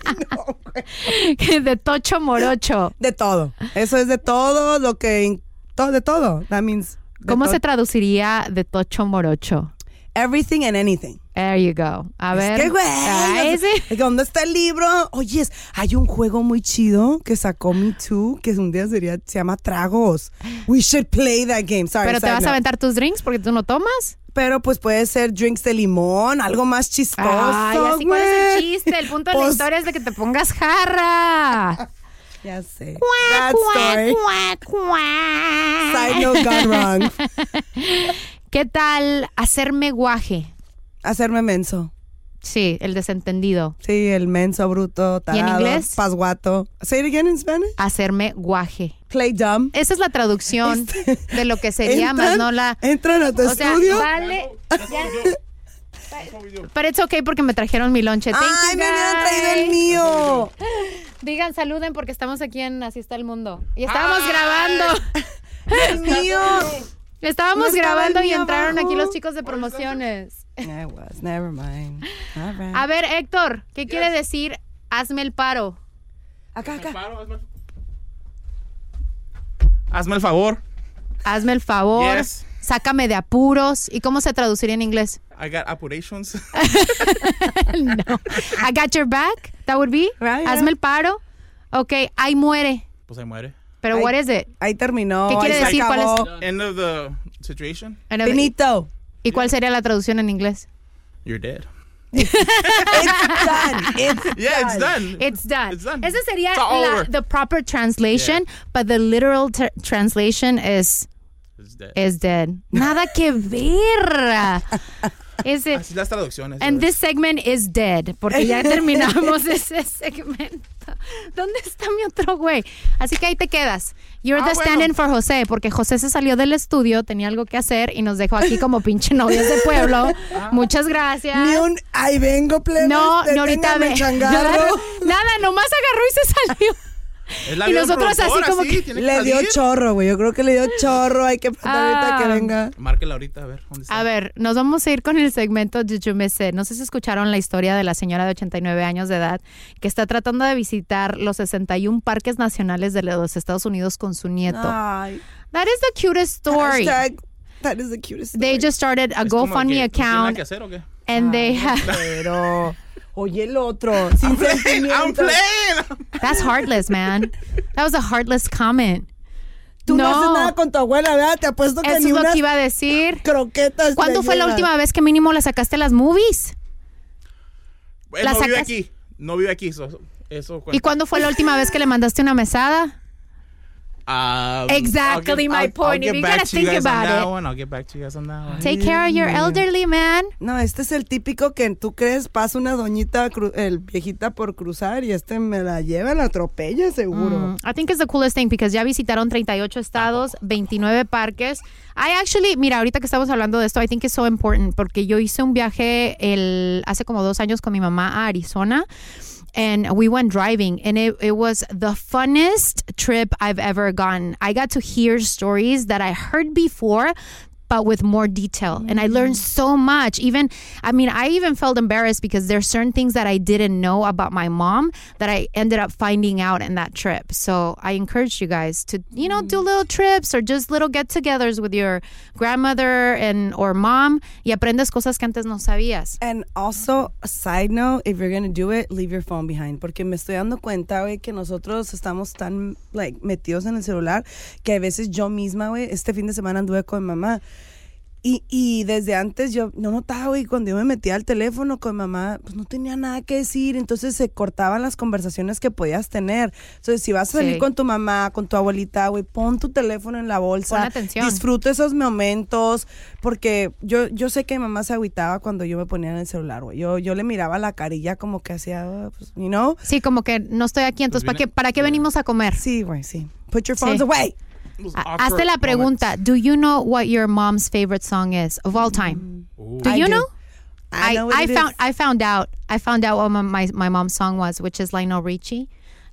S1: de tocho morocho.
S2: De todo. Eso es de todo lo que... in- Todo, de todo. That means... de
S1: ¿Cómo
S2: todo.
S1: se traduciría de tocho morocho?
S2: Everything and anything.
S1: There you go. A ver.
S2: ¿Qué güey?
S1: Ah,
S2: no
S1: ese.
S2: sé, es que ¿Dónde está el libro? Oye, hay un juego muy chido que sacó Me Too, que un día sería, se llama Tragos. We should play that game. Sorry,
S1: Pero te
S2: side
S1: vas a
S2: note.
S1: aventar tus drinks porque tú no tomas.
S2: Pero pues puede ser drinks de limón, algo más chistoso.
S1: Ay, así cuál es el
S2: güey.
S1: chiste. El punto de la
S2: Pues-
S1: historia es de que te pongas jarra.
S2: Ya sé.
S1: Cuac,
S2: That story.
S1: cuac, cuac, cuac.
S2: Side note gone wrong.
S1: ¿Qué tal hacerme guaje?
S2: Hacerme menso.
S1: Sí, el desentendido.
S2: Sí, el menso bruto,
S1: ¿Y en
S2: tarado,
S1: inglés?
S2: pasguato. Say it again in Spanish.
S1: Hacerme guaje.
S2: Play dumb. Este,
S1: Esa es la traducción de lo que sería, más
S2: Entran-
S1: no la...
S2: Entran a tu
S1: O sea,
S2: estudio.
S1: vale... Pero it's okay porque me trajeron mi lonche. Thank
S2: Ay,
S1: you,
S2: me hubieran traído el
S1: guys.
S2: mío.
S1: Digan, saluden porque estamos aquí en Así está el mundo. Y estábamos grabando.
S2: El mío.
S1: Estábamos
S2: No estaba
S1: grabando
S2: el
S1: y
S2: mío
S1: entraron
S2: abajo.
S1: aquí los chicos de promociones.
S2: I was, never mind. All right.
S1: A ver, Héctor, ¿qué quiere decir hazme el paro?
S2: Acá, acá.
S3: Hazme el favor.
S1: Hazme el favor.
S3: Yes.
S1: Sácame de apuros. ¿Y cómo se traduciría en inglés?
S7: I got operations.
S1: I got your back. That would be. Hazme el paro. Ok, ahí muere.
S7: Ah, pues ahí muere.
S1: Pero
S2: Ahí-
S1: what is it?
S2: Ahí terminó.
S1: ¿Qué
S2: ahí
S1: quiere
S2: se
S1: decir? ¿Cuál es?
S2: acabó.
S7: End of the situation.
S1: Bueno, ¿Y
S2: Finito.
S1: y cuál sería la traducción en inglés?
S7: You're dead.
S2: It's
S7: yeah, it's done.
S1: It's done. Esa sería
S7: It's all
S1: la-
S7: over.
S1: the proper translation, but the literal ter- translation is is dead. Nada que ver. Is it?
S7: Así las traducciones.
S1: And this segment is dead, porque ya terminamos ese segmento. ¿Dónde está mi otro güey? Así que ahí te quedas. You're
S7: Ah,
S1: the
S7: bueno.
S1: stand-in for José, porque José se salió del estudio, tenía algo que hacer y nos dejó aquí como pinche novios de pueblo. Muchas gracias.
S2: Ni un, ahí vengo, plebes.
S1: No, no, ahorita
S2: deténganme,
S1: ve. Nada,
S2: changarro.
S1: nada, nomás agarró y se salió.
S7: Es
S1: y
S7: vida del
S1: nosotros así
S7: productor,
S1: como que-
S7: tiene
S2: Le dio
S7: salir.
S2: chorro, güey. Yo creo que le dio chorro. Hay que esperar ahorita que
S1: Ah.
S2: venga.
S7: Márquela ahorita, a ver. ¿dónde está?
S1: A ver, nos vamos a ir con el segmento de Yo Me Sé. No sé si escucharon la historia de la señora de 89 años de edad que está tratando de visitar los 61 parques nacionales de los Estados Unidos con su nieto.
S2: Ay.
S1: That is the cutest story.
S2: Ah. Hashtag, that is the cutest story.
S1: They just started a
S7: Es como
S1: GoFundMe
S7: que, ¿no tiene nada
S1: account
S7: que hacer o qué?
S1: and they
S2: Ah.
S1: have...
S2: Pero, oye el otro. Sin
S7: I'm
S2: sentimientos.
S7: playing.
S1: That's heartless, man. That was a heartless comment.
S2: Tú no. haces nada con tu abuela, ¿verdad? Te apuesto que
S1: Eso
S2: ni
S1: es lo
S2: unas
S1: que iba a decir.
S2: croquetas.
S1: ¿Cuándo
S2: te
S1: fue la
S2: llevas.
S1: última vez que mínimo la sacaste a las movies?
S7: Él
S1: La
S7: Pues, no vive
S1: sacas-
S7: aquí. No vive aquí. Eso, eso cuenta.
S1: ¿Y cuándo fue la última vez que le mandaste una mesada?
S7: Um,
S1: Exactly
S7: I'll get-
S1: my
S7: I'll-
S1: point.
S7: I'll
S1: If
S7: get
S1: you
S7: back
S1: gotta
S7: to you
S1: think
S7: guys on
S1: about
S7: that
S1: it.
S7: one. I'll get back to you guys on that one.
S1: Take care of your
S2: mío.
S1: elderly man.
S2: No, este es el típico que tú crees pasa una doñita, cru- el viejita por cruzar y este me la lleva, la atropella seguro.
S1: Mm, I think it's the coolest thing because ya visitaron 38 estados, 29 parques. I actually, mira, ahorita que estamos hablando de esto, I think it's so important porque yo hice un viaje el, hace como dos años con mi mamá a Arizona. And we went driving, and it, it was the funnest trip I've ever gone. I got to hear stories that I heard before, but with more detail. And I learned
S2: Mm.
S1: so much. Even, I mean, I even felt embarrassed because there's certain things that I didn't know about my mom that I ended up finding out in that trip. So I encourage you guys to, you know,
S2: Mm.
S1: do little trips or just little get-togethers with your grandmother and or mom y aprendes cosas que antes no sabías.
S2: And also, a side note, if you're gonna do it, leave your phone behind. Porque me estoy dando cuenta, güey, que nosotros estamos tan, like, metidos en el celular que a veces yo misma, güey, este fin de semana anduve con mamá. Y, y desde antes yo no notaba, güey, cuando yo me metía al teléfono con mamá, pues no tenía nada que decir, entonces se cortaban las conversaciones que podías tener. Entonces, si vas a salir
S1: Sí.
S2: con tu mamá, con tu abuelita, güey, pon tu teléfono en la bolsa.
S1: Pon atención.
S2: Disfruta esos momentos, porque yo, yo sé que mi mamá se agüitaba cuando yo me ponía en el celular, güey. Yo, yo le miraba la carilla como que hacía, ah, pues, you know.
S1: Sí, como que no estoy aquí,
S7: Pues
S1: entonces, ¿para qué, ¿para qué venimos a comer?
S2: Sí, güey, sí. Put your phones away.
S1: Ha- Hazte la pregunta, ¿do you know what your mom's favorite song is of all time? Do
S2: I
S1: you
S2: do.
S1: know?
S2: I know what
S1: I
S2: it
S1: found
S2: is.
S1: I found out I found out what my, my, my mom's song was, which is Lionel Richie.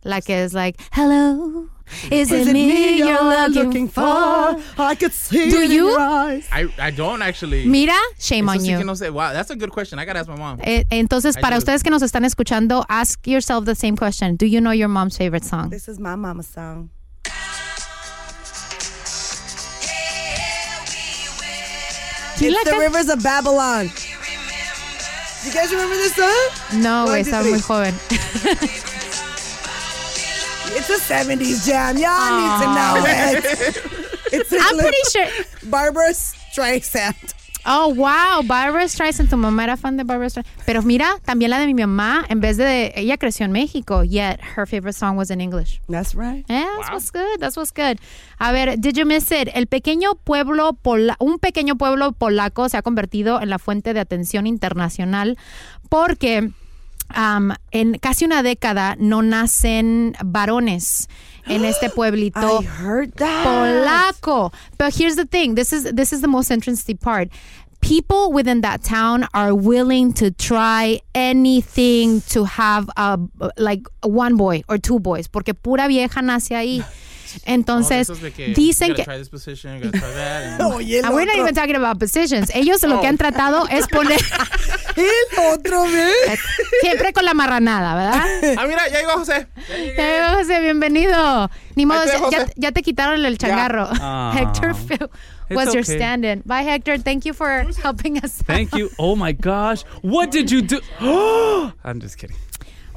S1: Like it's like, hello, is, it, me you're looking, for?
S2: I could see
S1: Do
S7: it in
S1: you?
S7: your I, I don't actually.
S1: Mira, shame
S7: Eso
S1: on
S7: sí
S1: you.
S7: que no sé. Wow, that's a good question. I gotta ask my mom.
S1: Eh, Entonces,
S7: I
S1: para
S7: do.
S1: ustedes que nos están escuchando, ask yourself the same question. Do you know your mom's favorite song?
S2: This is my mama's song.
S1: ¿Quién la
S2: It's the
S1: can-
S2: rivers of Babylon. You guys remember this song?
S1: No, güey,
S2: One, two,
S1: estaba
S2: three.
S1: muy joven.
S2: It's a 70s jam. Y'all need to know it. It's
S1: I'm pretty sure
S2: Barbara Streisand.
S1: Oh, wow, Barbara Streisand, tu mamá era fan de Barbara Streisand. Pero mira, también la de mi mamá, en vez de ella creció en México, yet her favorite song was in English.
S2: That's right.
S1: Yeah, that's what's good. That's what's good. A ver, did you miss it? El pequeño pueblo pola- un pequeño pueblo polaco se ha convertido en la fuente de atención internacional porque am, en casi una década no nacen varones en este pueblito
S2: I heard that.
S1: polaco. But here's the thing. This is this is the most interesting part. People within that town are willing to try anything to have a, like one boy or two boys, porque pura vieja nace ahí. Entonces
S7: Esos Oh, de que,
S1: dicen
S7: gotta
S1: que
S7: Try this position, gotta try that.
S2: Oye, el
S1: Ah, we're not
S2: otro.
S1: even talking about positions. Ellos lo que han tratado es poner
S2: El otro, ¿ves?
S1: siempre con la marranada, ¿verdad?
S7: Ah, mira, ya llegó José. Ya llegué.
S1: Eh, José, bienvenido. Ni modo,
S7: Ahí te dejo,
S1: ya,
S7: José.
S1: ya te quitaron el changarro.
S3: Ah.
S1: Hector Phil
S3: It's
S1: was your
S3: okay.
S1: stand-in. Bye, Hector. Thank you for helping us.
S3: Thank you. Oh my gosh. What did you do? I'm just kidding.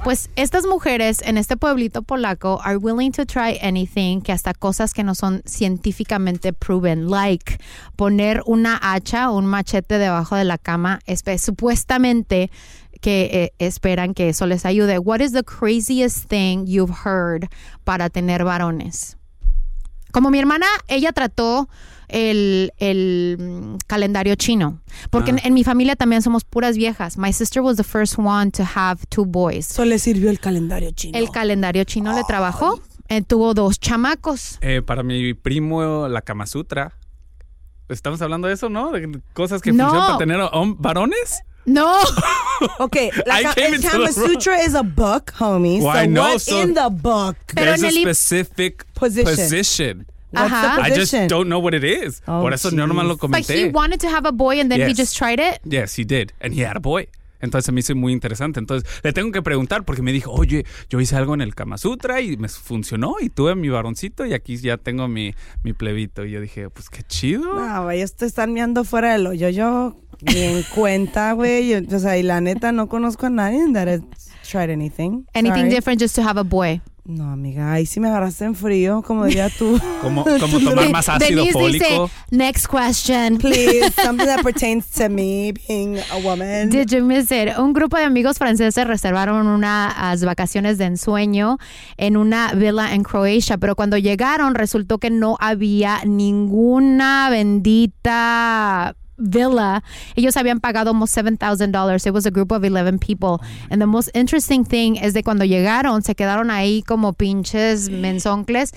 S1: Pues estas mujeres en este pueblito polaco are willing to try anything, que hasta cosas que no son científicamente proven, like poner una hacha o un machete debajo de la cama, espe- supuestamente que eh, esperan que eso les ayude. What is the craziest thing you've heard para tener varones? Como mi hermana, ella trató el, el, mm, calendario chino. Porque en, en mi familia también somos puras viejas. My sister was the first one to have two boys.
S2: Eso le sirvió el calendario chino.
S1: El calendario chino le trabajó. Eh, tuvo dos chamacos.
S3: Eh, para mi primo, la Kama Sutra. Estamos hablando de eso, ¿no? De cosas que
S1: No.
S3: funcionan para tener hom- varones.
S1: No.
S2: Okay,
S3: I
S2: like a,
S3: came
S2: el
S3: into
S2: Kama
S3: the wrong-
S2: Sutra is a book, homie.
S3: Well,
S2: so
S3: I know,
S2: what's
S3: so-
S2: in the book?
S1: Pero
S3: There's
S1: en
S3: a
S1: el lib-
S3: specific
S2: Position.
S3: position.
S2: What's the
S1: Ajá.
S3: I just
S2: position?
S3: don't know what it is.
S2: Oh,
S3: Por eso no nomás lo
S1: But
S3: comenté.
S1: he wanted to have a boy and then he
S3: Yes.
S1: just tried it.
S3: Yes, he did. And he had a boy. Entonces se me hizo muy interesante. Entonces le tengo que preguntar porque me dijo, oye, yo hice algo en el Kama Sutra y me funcionó y tuve mi varoncito y aquí ya tengo mi, mi plebito. Y yo dije, pues qué chido.
S1: Ah.
S2: No, güey, ellos te están mirando fuera del hoyo. Yo ni en cuenta, güey. Yo- O sea, y la neta, no conozco a nadie that has tried anything.
S1: Anything
S2: Sorry.
S1: different just to have a boy.
S2: No, amiga, ahí sí me agarraste en frío, como diría tú.
S3: Como, como tomar más ácido
S1: Denise
S3: fólico.
S1: dice, next question.
S2: Please, something that pertains to me being a woman.
S1: Did you miss it? Un grupo de amigos franceses reservaron unas vacaciones de ensueño en una villa en Croacia, pero cuando llegaron resultó que no había ninguna bendita villa. Ellos habían pagado almost $7,000. It was a group of 11 people. And the most interesting thing es de cuando llegaron, se quedaron ahí como pinches menzoncles.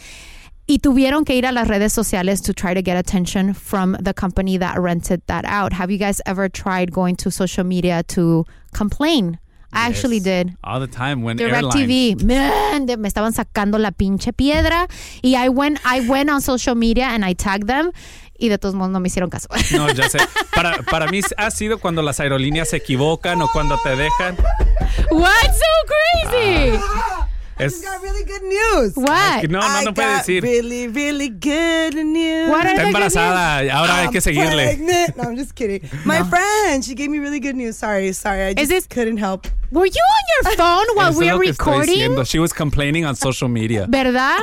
S1: Y tuvieron que ir a las redes sociales to try to get attention from the company that rented that out. Have you guys ever tried going to social media to complain? I actually did.
S3: All the time when
S1: Direct
S3: airlines.
S1: TV, man, de- me estaban sacando la pinche piedra. Y I went, I went on social media and I tagged them. Y de todos modos no me hicieron caso.
S3: No, ya sé. Para, para mí ha sido cuando las aerolíneas se equivocan o cuando te dejan.
S1: What's so crazy?
S3: Es,
S2: really good news.
S1: What?
S3: Ah, no, no,
S2: I
S3: no puede
S2: got
S3: decir.
S2: Really, really good news.
S1: What are
S3: Está
S1: the good
S3: embarazada, ahora hay
S2: I'm
S3: que
S1: Ah, pues,
S3: seguirle.
S2: pregnant. No, I'm just kidding. My friend, she gave me really good news. Sorry, sorry. I just
S1: this-
S2: couldn't help.
S1: news? Were you on your phone while
S3: Eso
S1: we
S3: es
S1: are
S3: lo que estoy
S1: recording?
S3: diciendo. She was complaining on social media.
S1: ¿Verdad?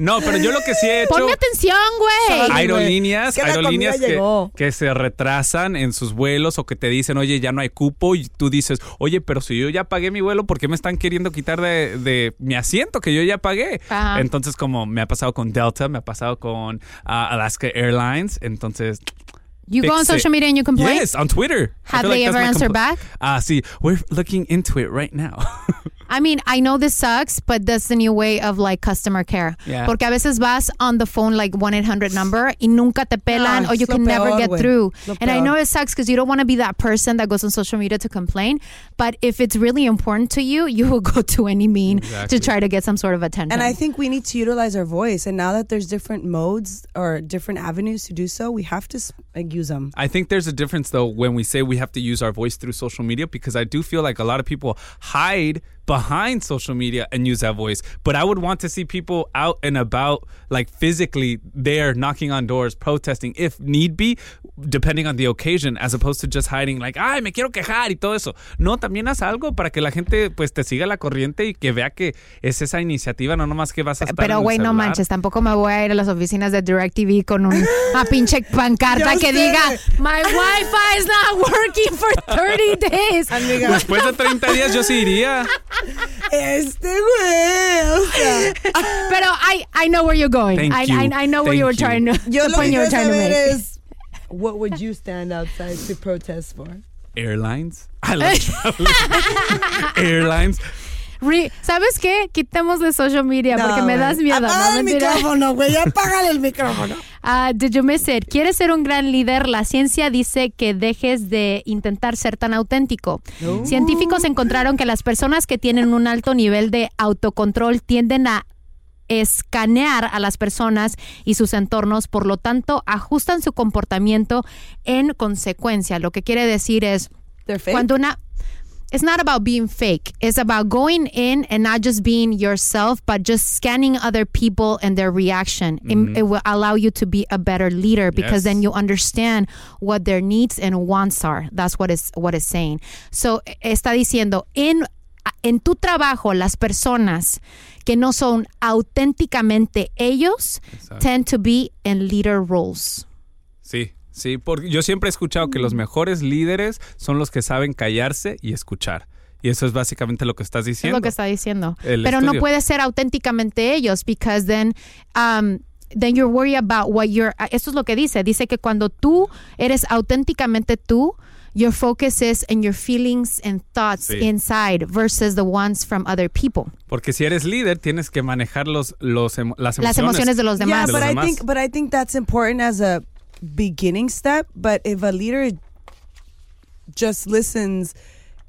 S3: No, pero yo lo que sí he hecho.
S1: Ponme atención, güey.
S3: Aerolíneas,
S1: Es que la
S3: aerolíneas
S1: comida
S3: que,
S1: llegó.
S3: que se retrasan en sus vuelos o que te dicen, oye, ya no hay cupo, y tú dices, oye, pero si yo ya pagué mi vuelo, ¿por qué me están queriendo quitar de, de mi asiento que yo ya pagué?
S1: Ajá.
S3: Entonces, como me ha pasado con Delta, me ha pasado con ah, Alaska Airlines, entonces.
S1: You go on
S3: fix it.
S1: social media and you complain?
S3: Yes, on Twitter. I
S1: Have
S3: feel
S1: they
S3: that's
S1: ever
S3: my
S1: answered
S3: compl-
S1: back?
S3: Ah, sí. We're looking into it right now.
S1: I mean, I know this sucks, but that's the new way of like customer care.
S3: Yeah.
S1: Porque a veces vas on the phone like 1-800 number y nunca te pelan
S2: No,
S1: or you
S2: Ah, es lo
S1: can never
S2: peor,
S1: get
S2: güey.
S1: through.
S2: Es lo
S1: And I
S2: peor.
S1: know it sucks because you don't want to be that person that goes on social media to complain, but if it's really important to you, you will go to any mean
S2: Exactly.
S1: to try to get some sort of attention.
S2: And I think we need to utilize our voice. And now that there's different modes or different avenues to do so, we have to s- like, use them.
S3: I think there's a difference though when we say we have to use our voice through social media because I do feel like a lot of people hide behind social media and use that voice. But I would want to see people out and about, like physically there, knocking on doors, protesting if need be, depending on the occasion, as opposed to just hiding, like, ay, me quiero quejar y todo eso. No, también haz algo para que la gente pues te siga la corriente y que vea que es esa iniciativa, no nomás que vas a estar en
S1: Pero
S3: el
S1: güey, no
S3: celular.
S1: manches, tampoco me voy a ir a las oficinas de DirecTV con un- una pinche pancarta
S2: Ya
S1: que
S2: sé.
S1: diga My Wi-Fi is not working for 30 days.
S3: Después de 30 días yo sí iría.
S2: Este güey, o sea.
S1: Pero I, I know where you're going.
S3: Thank
S1: I,
S3: you.
S1: I, I know where
S3: Thank
S1: you were
S3: you.
S1: trying to.
S2: Yo lo
S1: the
S2: que
S1: point you were
S2: quiero
S1: trying to
S2: saber
S1: make.
S2: es, what would you stand outside to protest for?
S3: Airlines. I love traveling. Airlines.
S1: Re- ¿Sabes qué? Quitemos de social media porque me das miedo.
S2: Apaga
S1: no,
S2: el
S1: mentira.
S2: micrófono, güey. Apágale el micrófono.
S1: Ah, did you miss it? ¿Quieres ser un gran líder? La ciencia dice que dejes de intentar ser tan auténtico. Científicos encontraron que las personas que tienen un alto nivel de autocontrol tienden a escanear a las personas y sus entornos, por lo tanto, ajustan su comportamiento en consecuencia. Lo que quiere decir es cuando una it's not about being fake. It's about going in and not just being yourself, but just scanning other people and their reaction. It-
S8: Mhm.
S1: It, will allow you to be a better leader because
S8: Yes.
S1: then you understand what their needs and wants are. That's what it's what it's saying. So e- está diciendo en en tu trabajo las personas que no son auténticamente ellos
S3: Exacto.
S1: tend to be in leader roles.
S3: Sí, sí, porque yo siempre he escuchado que los mejores líderes son los que saben callarse y escuchar. Y eso es básicamente lo que estás
S1: Es
S3: diciendo.
S1: lo que está diciendo.
S3: El
S1: Pero no
S3: estudio.
S1: puede ser auténticamente ellos, because then, um, then you're worried about what you're. ah, Eso es lo que dice. Dice que cuando tú eres auténticamente tú, your focus is in your feelings and thoughts
S3: Sí.
S1: inside versus the ones from other people.
S3: Porque si eres líder, tienes que manejar los, los emo- las, emociones.
S1: Las emociones de los
S2: Yeah,
S3: De
S2: but
S3: los
S2: I
S3: demás.
S2: think but I think that's important as a beginning step. But if a leader just listens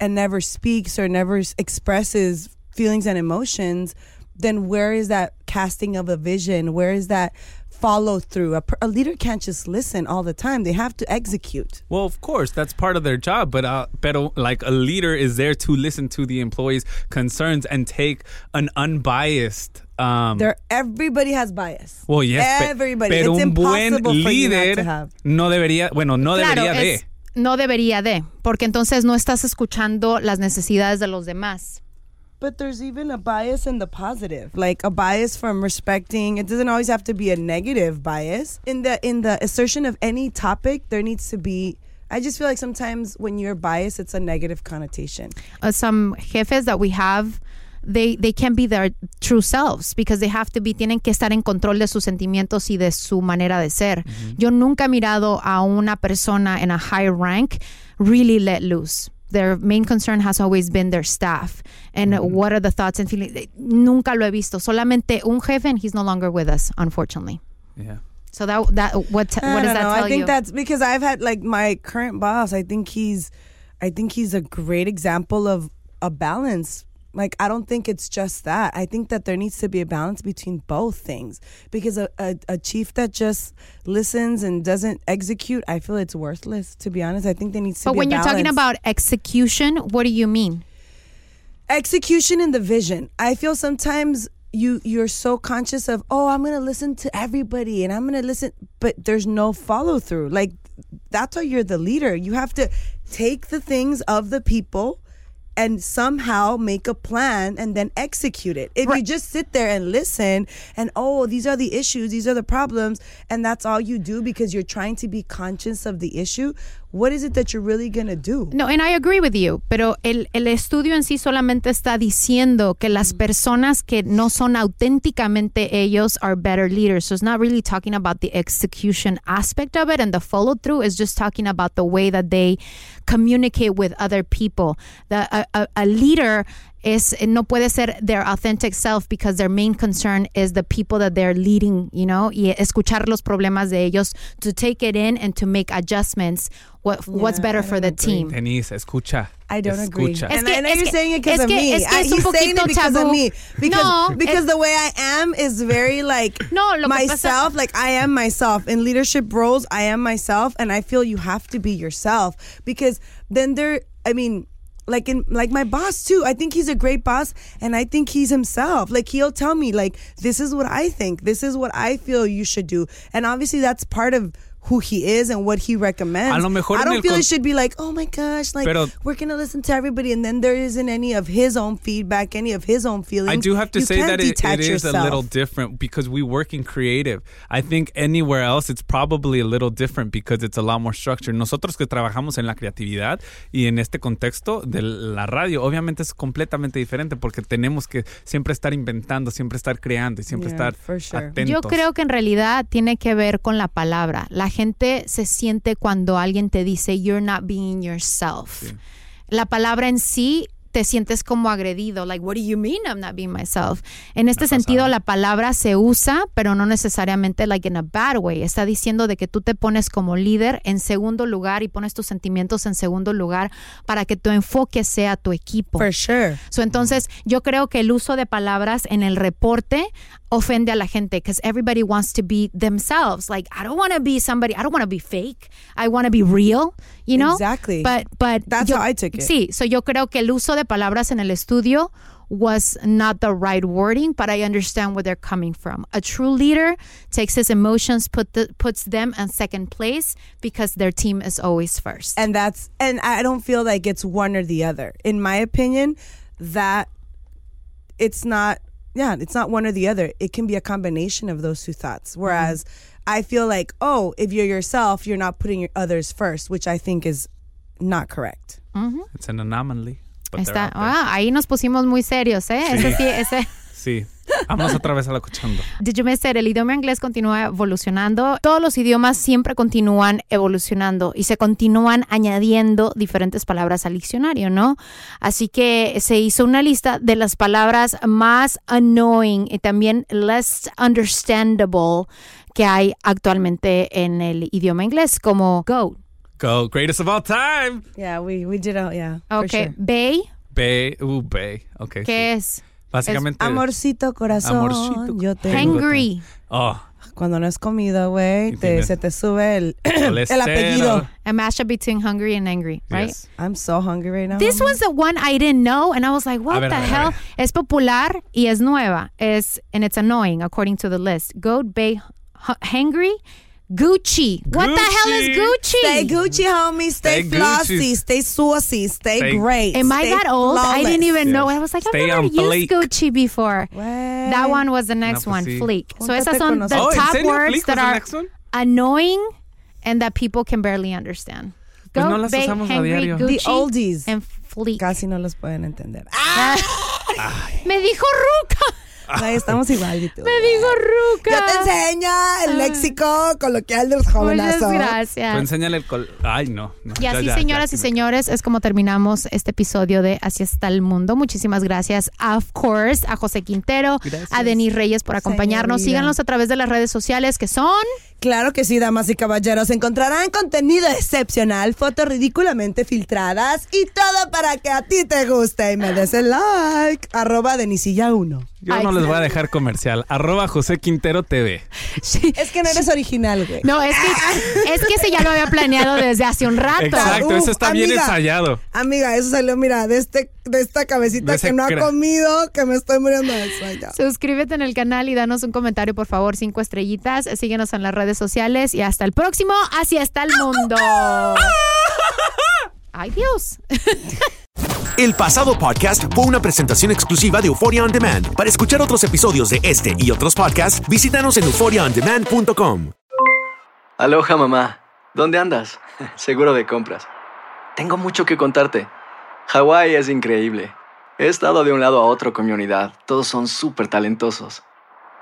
S2: and never speaks or never s- expresses feelings and emotions, then where is that casting of a vision? Where is that follow through? A, per- a leader can't just listen all the time. They have to execute.
S3: Well, of course, that's part of their job, but uh, pero like a leader is there to listen to the employees' concerns and take an unbiased um,
S2: There, everybody has bias.
S3: Well, yes, pe-
S2: everybody.
S3: pero
S2: it's
S3: un buen
S2: impossible for you not to
S3: líder
S2: have.
S3: no debería, bueno, no
S1: Claro,
S3: debería de.
S1: es- no debería de, porque entonces no estás escuchando las necesidades de los demás.
S2: But there's even a bias in the positive, like a bias from respecting. It doesn't always have to be a negative bias. In the in the assertion of any topic, there needs to be. I just feel like sometimes when you're biased, it's a negative connotation.
S1: uh, some jefes that we have they they can't be their true selves because they have to be tienen que estar en control de sus sentimientos y de su manera de ser. Yo nunca he mirado a una persona en a high rank really let loose. Their main concern has always been their staff and what are the thoughts and feelings. Nunca lo he visto. Solamente un jefe and he's no longer with us, unfortunately.
S3: Yeah.
S1: So that that what
S2: I
S1: what does
S2: don't
S1: that
S2: know.
S1: tell
S2: I think
S1: you?
S2: that's because I've had like my current boss. I think he's, I think he's a great example of a balance. Like I don't think it's just that. I think that there needs to be a balance between both things. Because a, a, a chief that just listens and doesn't execute, I feel it's worthless. To be honest, I think there needs to
S1: but
S2: be.
S1: when
S2: a
S1: you're talking
S2: balance.
S1: about execution, what do you mean?
S2: execution in the vision i feel sometimes you you're so conscious of oh i'm gonna listen to everybody and i'm gonna listen but there's no follow-through like that's why you're the leader you have to take the things of the people and somehow make a plan and then execute it. If you just sit there and listen and oh, these are the issues, these are the problems, and that's all you do because you're trying to be conscious of the issue, what is it that you're really going to do?
S1: No, and I agree with you, pero el, el estudio en sí solamente está diciendo que las personas que no son auténticamente ellos are better leaders. So it's not really talking about the execution aspect of it, and the follow through is just talking about the way that they communicate with other people. The, a, a, a leader is no puede ser their authentic self because their main concern is the people that they're leading, you know, y escuchar los problemas de ellos to take it in and to make adjustments. What, what's better for the team?
S3: Denise, escucha.
S2: I don't agree.
S3: escucha.
S2: And I know you're saying it because
S1: es
S2: of
S1: que-
S2: me.
S1: es que
S2: I-
S1: es un
S2: he's saying
S1: poquito
S2: it because of
S1: tabú.
S2: me. Because,
S1: No,
S2: because
S1: es-
S2: the way I am is very like
S1: lo que pasa-
S2: myself. Like I am myself. In leadership roles, I am myself. And I feel you have to be yourself. Because then there, I mean, like in like my boss too. I think he's a great boss and I think he's himself. Like he'll tell me like this is what I think. This is what I feel you should do. And obviously that's part of who he is and what he recommends.
S3: A lo mejor
S2: I
S3: en
S2: don't
S3: el
S2: feel
S3: con-
S2: it should be like, "Oh my gosh, like
S3: Pero-
S2: we're gonna listen to everybody, and then there isn't any of his own feedback, any of his own feelings.
S3: I do have to
S2: You
S3: say
S2: can't
S3: that it,
S2: detach
S3: it is a
S2: yourself.
S3: little different because we work in creative. I think anywhere else it's probably a little different because it's a lot more structured. Nosotros que trabajamos en la creatividad y en este contexto de la radio, obviamente es completamente diferente porque tenemos que siempre estar inventando, siempre estar creando y siempre
S1: Yeah,
S3: estar atentos.
S1: Yo creo que en realidad tiene que ver con la palabra. La gente se siente cuando alguien te dice you're not being yourself. La palabra en sí te sientes como agredido, like what do you mean I'm not being myself. En este sentido la palabra se usa, pero no necesariamente like in a bad way. Está diciendo de que tú te pones como líder en segundo lugar y pones tus sentimientos en segundo lugar para que tu enfoque sea tu equipo.
S2: For sure.
S1: So, entonces, yo creo que el uso de palabras en el reporte ofende a la gente because everybody wants to be themselves. Like, I don't want to be somebody, I don't want to be fake. I want to be real, you know?
S2: Exactly.
S1: But, but
S2: That's
S1: yo-
S2: how I took it.
S1: Sí, so yo creo que el uso de palabras en el estudio was not the right wording, but I understand where they're coming from. A true leader takes his emotions, put the, puts them in second place because their team is always first.
S2: and that's and I don't feel like it's one or the other. In my opinion, that it's not. Yeah, it's not one or the other. It can be a combination of those two thoughts. Whereas I feel like, oh, if you're yourself, you're not putting your others first, which I think is not correct.
S3: It's an anomaly. but they're
S1: Está,
S3: out there.
S1: ah, ahí nos pusimos muy serios, ¿eh? Ese sí, ese.
S3: Sí. Vamos otra vez a la cochando.
S1: Did you miss it? El idioma inglés continúa evolucionando. Todos los idiomas siempre continúan evolucionando y se continúan añadiendo diferentes palabras al diccionario, ¿no? Así que se hizo una lista de las palabras más annoying y también less understandable que hay actualmente en el idioma inglés, como goat,
S3: Go, greatest of all time.
S2: Yeah, we we did all. Yeah. for
S1: okay,
S2: sure.
S1: bay,
S3: Bay, uh, bay. Okay.
S1: que es
S3: Básicamente.
S2: Amorcito corazón,
S3: Amorcito
S2: yo te
S1: hangry.
S3: Oh,
S2: Cuando no has comido, güey, te-
S3: tienes-
S2: se te sube el, el
S3: Colesterol.
S2: apellido.
S1: A mashup between hungry and angry, right?
S3: Yes.
S2: I'm so hungry right now.
S1: This was the one I didn't know, and I was like,
S3: A
S1: "What
S3: ver,
S1: the
S3: a ver, a
S1: hell?"
S3: ver.
S1: Es popular y es nueva. Es and it's annoying according to the list. Goat Bay h- Hangry, Gucci. What the hell is
S2: Gucci.
S1: Gucci?
S2: Stay Gucci, homie. Stay,
S3: Stay
S2: flossy.
S3: Gucci.
S2: Stay saucy. Stay,
S3: Stay-
S2: great.
S1: Am I
S2: stay
S1: that old? I didn't
S2: flawless.
S1: even know.
S3: Yes.
S1: I was like,
S3: Stay
S1: I've
S3: on
S1: never
S3: fleek.
S1: used Gucci before.
S2: Güey.
S1: That one was the next
S3: pues
S1: one,
S3: sí.
S1: fleek. So
S2: Júntate con
S1: esas son the
S2: nosotros.
S3: Oh, ¿en
S1: top
S3: serio?
S1: words
S3: Fleek
S1: that
S3: was the
S1: are
S3: next one?
S1: annoying and that people can barely understand.
S3: Pues no
S1: Goat
S3: las
S1: Bay
S3: usamos a
S1: Hangry,
S3: diario.
S2: The
S1: Gucci,
S2: oldies.
S1: and fleek.
S2: Casi no los pueden entender.
S1: Me dijo Ruca.
S2: Ay, estamos igualitos.
S1: Me dijo Ruca.
S2: Yo te enseño el léxico coloquial de los
S1: Muchas
S2: jovenazos.
S3: Tú
S1: Pues gracias.
S3: Pues enséñale el col. Ay, no. no,
S1: Y
S3: ya,
S1: así,
S3: ya, ya,
S1: señoras
S3: sí
S1: y
S3: me-
S1: señores, es como terminamos este episodio de Así está el mundo. Muchísimas gracias, of course, a José Quintero, a Denis Reyes por acompañarnos.
S2: Señorita.
S1: Síganos a través de las redes sociales que son.
S2: Claro que sí, damas y caballeros. Encontrarán contenido excepcional, fotos ridículamente filtradas y todo para que a ti te guste. Y me des el like. Arroba Denisilla 1.
S3: Yo no les voy a dejar comercial. Arroba José Quintero TV.
S2: Es que no eres original, güey.
S1: No, es que, es que ese ya lo había planeado desde hace un rato.
S3: Exacto,
S2: Uf,
S3: eso está bien
S2: amiga.
S3: ensayado.
S2: Amiga, eso salió, mira, de, este, de esta cabecita
S3: De ese
S2: que no ha
S3: cra-
S2: comido, que me estoy muriendo de sueño.
S1: Suscríbete en el canal y danos un comentario, por favor, cinco estrellitas. Síguenos en las redes sociales y hasta el próximo. Así está el mundo. Ay, Dios.
S9: El pasado podcast fue una presentación exclusiva de Euphoria On Demand. Para escuchar otros episodios de este y otros podcasts, visítanos en euphoriaondemand.com.
S10: Aloha, mamá. ¿Dónde andas? Seguro de compras. Tengo mucho que contarte. Hawái es increíble. He estado de un lado a otro con mi unidad. Todos son súper talentosos.